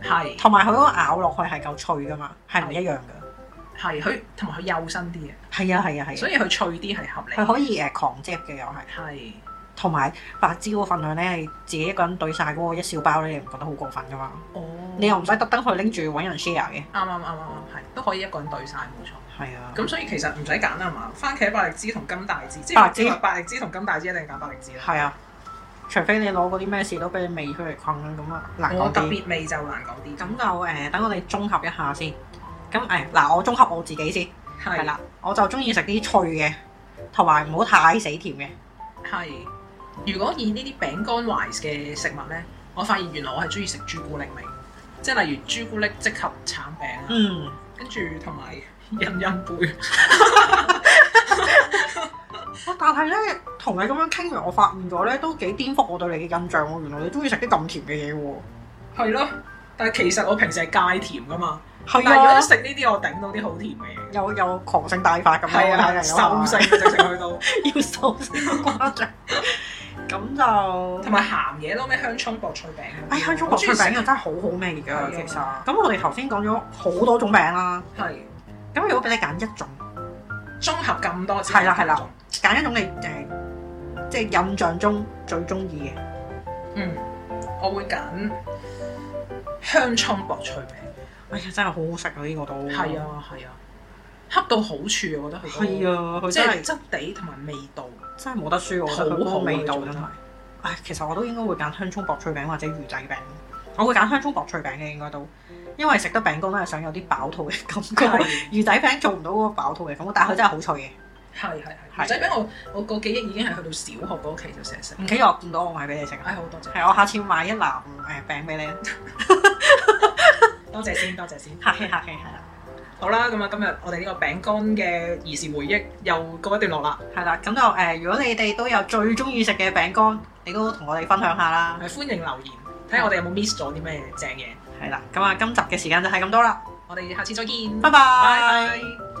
[SPEAKER 2] 嘅，
[SPEAKER 1] 係
[SPEAKER 2] 同埋佢嗰個咬落去係夠脆噶嘛，係唔一樣噶。
[SPEAKER 1] 係佢同埋佢幼身啲嘅，
[SPEAKER 2] 係啊係啊係
[SPEAKER 1] 所
[SPEAKER 2] 啊，
[SPEAKER 1] 以佢脆啲係合理。
[SPEAKER 2] 佢可以誒狂嚼嘅又係，
[SPEAKER 1] 係
[SPEAKER 2] 同埋白芝嗰個份量咧，你自己一個人對晒嗰個一小包咧，你唔覺得好過分噶嘛？
[SPEAKER 1] 哦，
[SPEAKER 2] 你又唔使特登去拎住揾人 share 嘅。
[SPEAKER 1] 啱啱啱啱啱係都可以一個人對晒冇錯。
[SPEAKER 2] 係啊，
[SPEAKER 1] 咁所以其實唔使揀啦係嘛，番茄百力滋同金大枝，即
[SPEAKER 2] 百力
[SPEAKER 1] 係
[SPEAKER 2] 滋
[SPEAKER 1] 你話百力滋同金大枝一定揀百力滋啦。
[SPEAKER 2] 係啊，除非你攞嗰啲咩士多啤梨味出嚟困咁啊，難
[SPEAKER 1] 我
[SPEAKER 2] 講
[SPEAKER 1] 特
[SPEAKER 2] 啲。
[SPEAKER 1] 別味就難講啲，
[SPEAKER 2] 咁就誒、呃等我哋綜合一下先。咁誒嗱，我綜合我自己先，係
[SPEAKER 1] 係
[SPEAKER 2] 啦，我就中意食啲脆嘅，同埋唔好太死甜嘅。
[SPEAKER 1] 係。如果以呢啲餅乾 wise 嘅食物咧，我發現原來我係中意食朱古力味，即係例如朱古力即合橙餅啊，
[SPEAKER 2] 嗯，
[SPEAKER 1] 跟住同埋飲飲杯。
[SPEAKER 2] 哇但係咧，同你咁樣傾完，我發現咗咧都幾顛覆我對你嘅印象喎。原來你中意食啲咁甜嘅嘢喎。
[SPEAKER 1] 係咯，但係其實我平時係戒甜噶嘛，但
[SPEAKER 2] 係
[SPEAKER 1] 係如果
[SPEAKER 2] 啊，
[SPEAKER 1] 食呢啲我頂到啲好甜嘅嘢。
[SPEAKER 2] 有有狂性大發咁
[SPEAKER 1] 係
[SPEAKER 2] 樣，
[SPEAKER 1] 啊，
[SPEAKER 2] 我
[SPEAKER 1] 瘦
[SPEAKER 2] 睇
[SPEAKER 1] 性直情去到，
[SPEAKER 2] 你嗰個要瘦先好誇張。咁就
[SPEAKER 1] 同埋鹹嘢咯，咩香葱薄脆餅啊嗰啲。
[SPEAKER 2] 哎香葱薄脆餅又真係好好味㗎，其實。
[SPEAKER 1] 係啊
[SPEAKER 2] 咁我哋頭先講咗好多種餅啦，
[SPEAKER 1] 係
[SPEAKER 2] 咁如果俾你揀一種。
[SPEAKER 1] 綜合咁多之後
[SPEAKER 2] 係啦係啦，揀一種你誒、即係印象中最中意嘅。
[SPEAKER 1] 嗯，我會揀香葱薄脆餅。
[SPEAKER 2] 哎呀，真係好好食啊！呢個都
[SPEAKER 1] 係，啊係啊，恰到好處啊，我覺得佢嗰
[SPEAKER 2] 係
[SPEAKER 1] 個
[SPEAKER 2] 啊，佢
[SPEAKER 1] 即
[SPEAKER 2] 真
[SPEAKER 1] 係
[SPEAKER 2] 係
[SPEAKER 1] 質地同埋味道。
[SPEAKER 2] 真係冇得輸，我覺得佢嗰
[SPEAKER 1] 好
[SPEAKER 2] 個
[SPEAKER 1] 好啊
[SPEAKER 2] 味道
[SPEAKER 1] 佢做
[SPEAKER 2] 真
[SPEAKER 1] 得
[SPEAKER 2] 係。唉，其實我都應該會揀香葱薄脆餅或者魚仔餅，我會揀香葱薄脆餅嘅應該都，因為食得餅乾都係想有啲飽肚嘅感覺。
[SPEAKER 1] 係
[SPEAKER 2] 魚仔餅做唔到嗰個飽肚嘅感覺，但係佢真係好脆嘅。
[SPEAKER 1] 係係
[SPEAKER 2] 係
[SPEAKER 1] 係。仔餅我我個記憶已經係去到小學嗰期就成日食。
[SPEAKER 2] 唔企我見到我買俾你食啊！
[SPEAKER 1] 唉，好多謝。
[SPEAKER 2] 係我下次買一籃誒餅俾你啊！
[SPEAKER 1] 多謝先，多謝先。
[SPEAKER 2] 客氣客氣係啦，
[SPEAKER 1] 好啦，咁啊，今日我哋呢個餅乾嘅兒時回憶又告一段落啦。
[SPEAKER 2] 係啦，咁就誒，如果你哋都有最中意食嘅餅乾，你都同我哋分享下啦。
[SPEAKER 1] 係歡迎留言，睇下我哋有冇 miss 咗啲咩正嘢。
[SPEAKER 2] 係啦，咁啊，今集嘅時間就係咁多啦，
[SPEAKER 1] 我哋下次再見，
[SPEAKER 2] 拜
[SPEAKER 1] 拜
[SPEAKER 2] 拜
[SPEAKER 1] 拜。